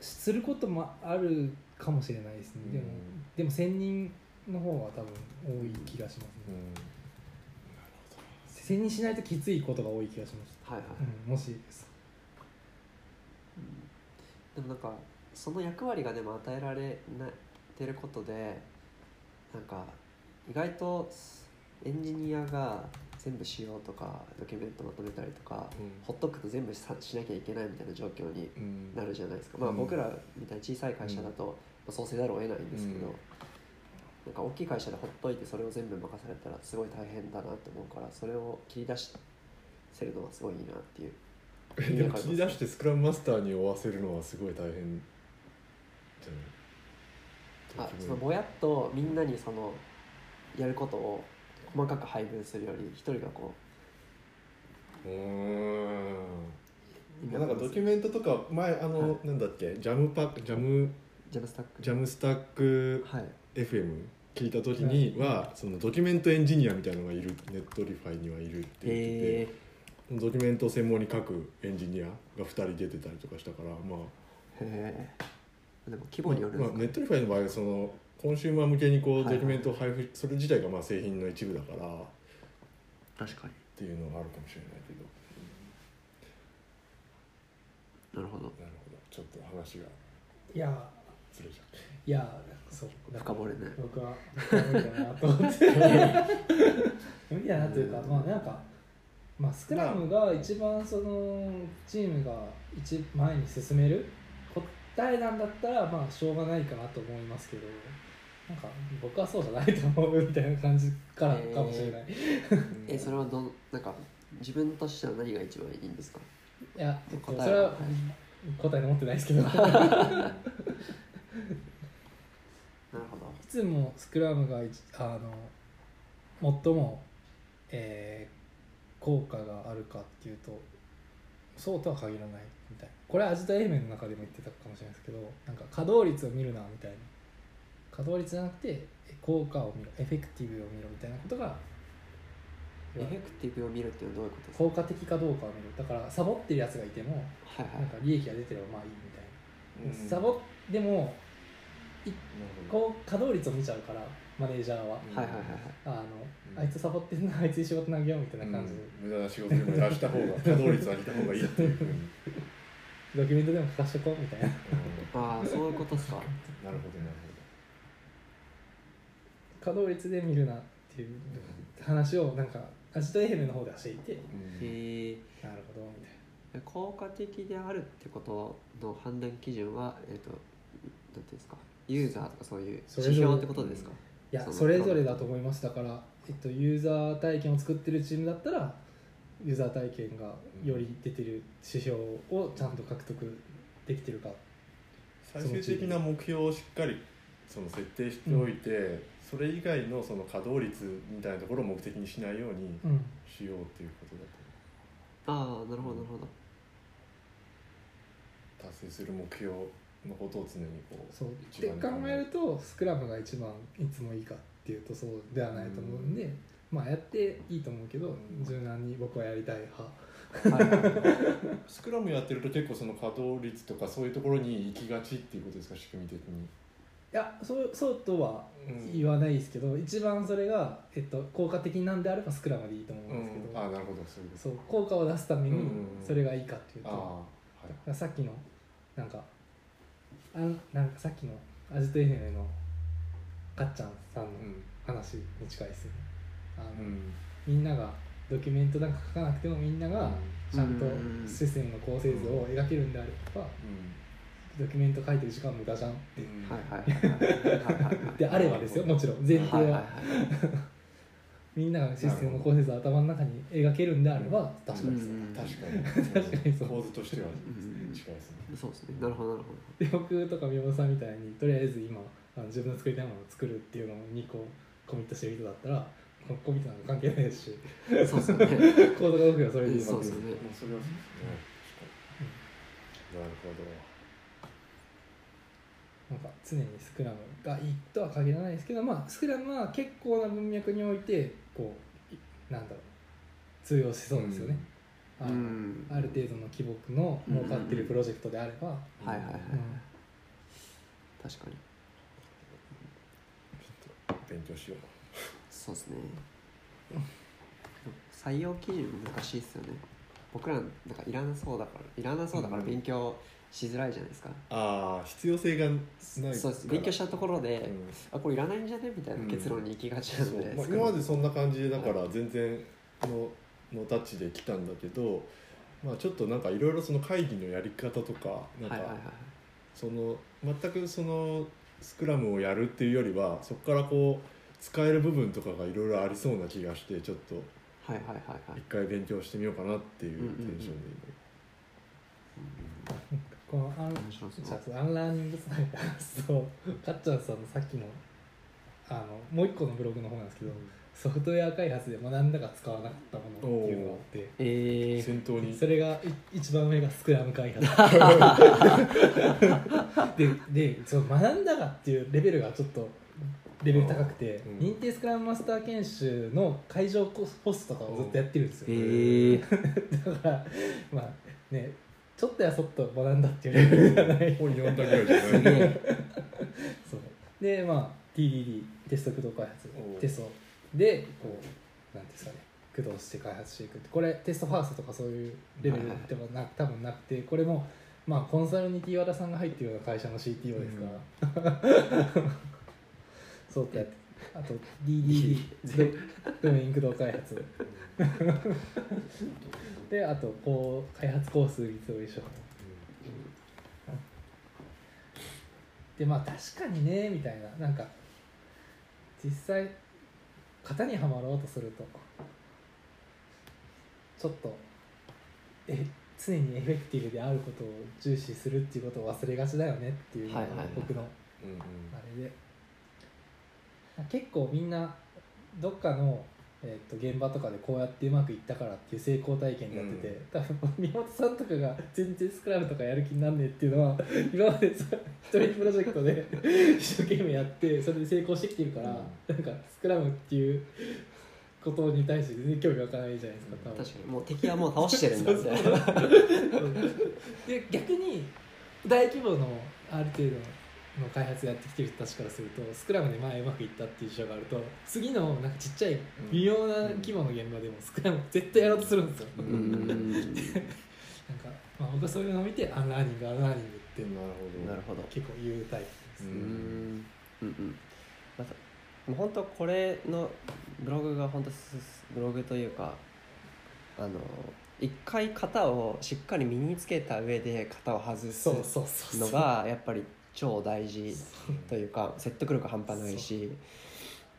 することもあるかもしれないですね、でもうんでも専任の方は多分多い気がしますうね、ん専任しないときついことが多い気がします、はいはい、うん、もしでもなんかその役割がでも与えられなてることでなんか意外とエンジニアが全部しようとかドキュメントまとめたりとか、うんほっとくと全部さしなきゃいけないみたいな状況にうんなるじゃないですか、まあ、うん僕らみたいな小さい会社だと、まあそうせざるを得ないんですけど、うんなんか大きい会社でほっといてそれを全部任されたらすごい大変だなって思うからそれを切り出しせるのはすごいいいなっていうえでも切り出してスクラムマスターに追わせるのはすごい大変じゃないあそのぼやっとみんなにそのやることを細かく配分するより一人がこうーうみんなんかドキュメントとか前あの、はなんだっけジャムパジャムジャムスタックジャムスタックはい FM 聞いた時には、そのドキュメントエンジニアみたいなのがいるネットリファイにはいるって言ってて、えドキュメントを専門に書くエンジニアが2人出てたりとかしたからまあー、へえでも規模によるんでますあか、ネットリファイの場合はそのコンシューマー向けにこうはドいキュメントを配布、それ自体がまあ製品の一部だからっ確かにていうのがあるかもしれないけどなるほどなるほどちょっと話がいやずれちゃったいやそうだ深から掘れない僕は僕は無理だなと思って無理だなというかうんまあなんか、まあ、スクラムが一番そのチームが一前に進める答えなんだったらまあしょうがないかなと思いますけどなんか僕はそうじゃないと思うみたいな感じからかもしれない、えそれはどんなんか自分としては何が一番いいんですかいや、えっと、答えはそれは答えが持ってないですけど いなるほどつもスクラムが一あの最も、えー効果があるかっていうとそうとは限らないみたいなこれはアジト A 面の中でも言ってたかもしれないですけどなんか稼働率を見るなみたいな稼働率じゃなくて効果を見ろエフェクティブを見ろみたいなことがエフェクティブを見るっていうのはどういうことですか効果的かどうかを見るだからサボってるやつがいてもはいなんか利益が出てればまあいいみたいなうんサボでもなるほどこう稼働率を見ちゃうからマネージャーははいはいはいはいはいあの、うんあいつサボってんな あいつに仕事投げようみたいな感じで、うん無駄な仕事にも減らした方が稼働率上げた方がいいっていうふうに、うんドキュメントでも書かしとこうみたいなああそういうことですかなるほどなる稼働率で見るなっていう話をなんかアジトエヘムの方ではしていてほど、うんへえなるほどみたい効果的であるってことの判断基準は、えっとなんていうんですかユーザーとかそういうそれぞ指れ標ってことですかなそいうやそうそれぞれだと思いますだから、えっと、ユーザー体験を作ってるチームだったらユーザー体験がより出てる指標をちゃんと獲得できてるか最終的な目標をしっかりその設定しておいて、それ以外のその稼働率みたいなところを目的にしないようにうんしようっていうことだああなるほどなるほどと達成する目標のことを常にこうそうっ一て番に考えるとスクラムが一番いつもいいかっていうとそうではないと思うんで、まあやっていいと思うけど、うん柔軟に僕はやりたい派はいはいはいスクラムやってると結構その稼働率とかそういうところに行きがちっていうことですか仕組み的にやそうそうとは言わないですけど、一番それが、えっと、効果的なんであればスクラムでいいと思うんですけど、あなるほどそういうことそう効果を出すためうんにうんうんそれがいいかっていうあと、あだかはいらさっきのなんかあんなんかさっきのアジト FM のかっちゃんさんのうん話に近いですねあの、うんみんながドキュメントなんか書かなくてもみんながちゃんとうん視線の構成図を描けるんであればドキュメント書いてる時間無駄じゃんっうてんはいはいはいはいはいはいであればですよもちろん前提は、はいはいはいみんながシステムの構成図を頭の中に描けるんであれば確かにそう、うん確かに確かにそう構図としてはん近いですねそうですねなるほどなるほで僕とか宮本さんみたいにとりあえず今あの自分の作りたいものを作るっていうのにこうコミットしてる人だったらこコミットなんか関係ない ですしどそうですよねコードが動けばそれでいいそうもうそれはそうですよねわけですですね確かになるほどなんか常にスクラムがいいとは限らないですけど、まあ、スクラムは結構な文脈においてこういなんだろう通用しそうですよね、あのうんある程度の規模の儲かってるプロジェクトであれば、はいはいはいうん確かに勉強しようそうですね採用基準難しいですよね僕らなんかいらなそうだからいらなそうだから勉強しづらいじゃないですか、ああ必要性がないからそうです勉強したところで、うんあこれいらないんじゃねみたいな結論に行きがちなんで、まあ、今までそんな感じでだから全然ののタッチで来たんだけど、まあ、ちょっとなんかいろいろその会議のやり方とかなんはいはいはかその全くそのスクラムをやるっていうよりはそこからこう使える部分とかがいろいろありそうな気がしてちょっといはいはいはいはい一回勉強してみようかなっていううんうんうんテンションでこのアン面白そうじゃあアンラーニングサイトそうかっちゃんさんのさっきのあのもう一個のブログの方なんですけどソフトウェア開発でも何だか使わなかったものっていうのがあって。えー、先頭にそれがい一番上がスクラム開発で でその学んだがっていうレベルがちょっとレベル高くて、うん認定スクラムマスター研修の会場コスホストとかをずっとやってるんですよ、えー、だからまあねちょっとやそっと学んだっていうレベルじゃない本読んだぐらいじゃすげ ないえそうでまあ TDD テスト駆動開発おうテストでこうなんていうんですかね駆動して開発していくってこれテストファーストとかそういうレベルでもな、多分なくてこれもまあコンサルに T 和田さんが入ってるような会社の CTO ですから、 そうやってあと DDD ドメイン駆動開発であとこう開発コースいつも一緒でまあ確かにねみたいななんか実際型にはまろうとするとちょっとえ常にエフェクティブであることを重視するっていうことを忘れがちだよねっていうのがはいはいはい僕のあうんうんれで結構みんなどっかの、えっと現場とかでこうやってうまくいったからっていう成功体験になってて、多分宮本さんとかが全然スクラムとかやる気になんねえっていうのは 今までさ一人プロジェクトで 一生懸命やってそれで成功してきてるから、なんかスクラムっていうことに対して全然興味わからないじゃないですか多分確かにもう敵はもう倒してるんだみたいなで逆に大規模のある程度の開発やってきてる人たちからするとスクラムで前うまくいったっていう事象があると次のなんかちっちゃい微妙な規模の現場でもスクラム絶対やろうとするんですよ、うなんか、んまあ、僕はそういうのを見てアンラーニングアンラーニングってでなるほどなるほど結構言うタイプです、ううんんうんうんまたもう本当これのブログが本当すブログというかあの一回型をしっかり身につけた上で型を外すそうそうそうそうの がやっぱり超大事というか説得力半端ないし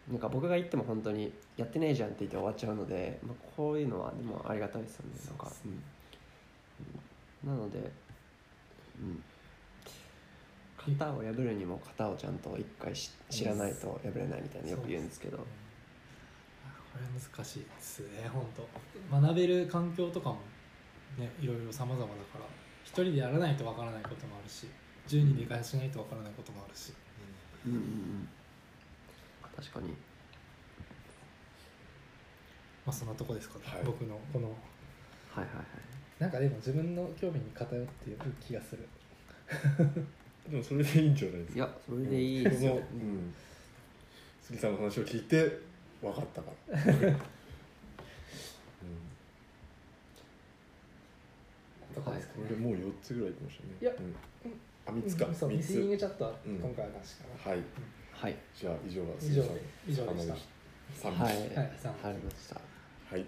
なんか僕が言っても本当にやってねえじゃんって言って終わっちゃうので、まあ、こういうのはでもありがたいですよねなんかそうですねうんなので、うん、型を破るにも型をちゃんと一回し知らないと破れないみたいなよく言うんですけどこれ難しいですね本当学べる環境とかもねいろいろ様々だから一人でやらないとわからないこともあるし10人で開発しないとわからないこともあるし、うんうんうん確かにまあそんなとこですかね、はい僕のこのはいはいはいなんかでも自分の興味に偏っている気がするでもそれでいいんじゃないですいかやそれでいいですそのようん杉さんの話を聞いて分かったから、 うはいん、俺もう4つぐらい行きましたねいやうん、あ3つかそう三ミスティつングチャットはうん今回はなしかな、はいはいじゃあ以上は以杉上さん以上でした三はいはい、はいさんありましたはい、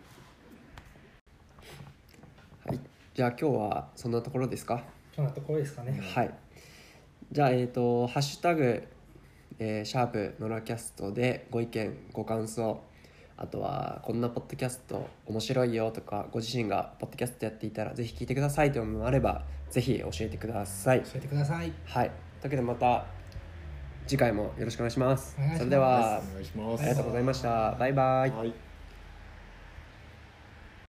はいじゃあ今日はそんなところですか今日のところですかねはい。じゃあ、えっ、と、ハッシュタグ、えーシャープノラキャストでご意見、ご感想、あとは、こんなポッドキャスト面白いよとか、ご自身がポッドキャストやっていたら、ぜひ聞いてくださいというのもあれば、ぜひ教えてください。教えてくださいはい。というわけで、また次回もよろしくお願いします。お願いしますそれでは、お願いしますありがとうございました。バイバイ。はい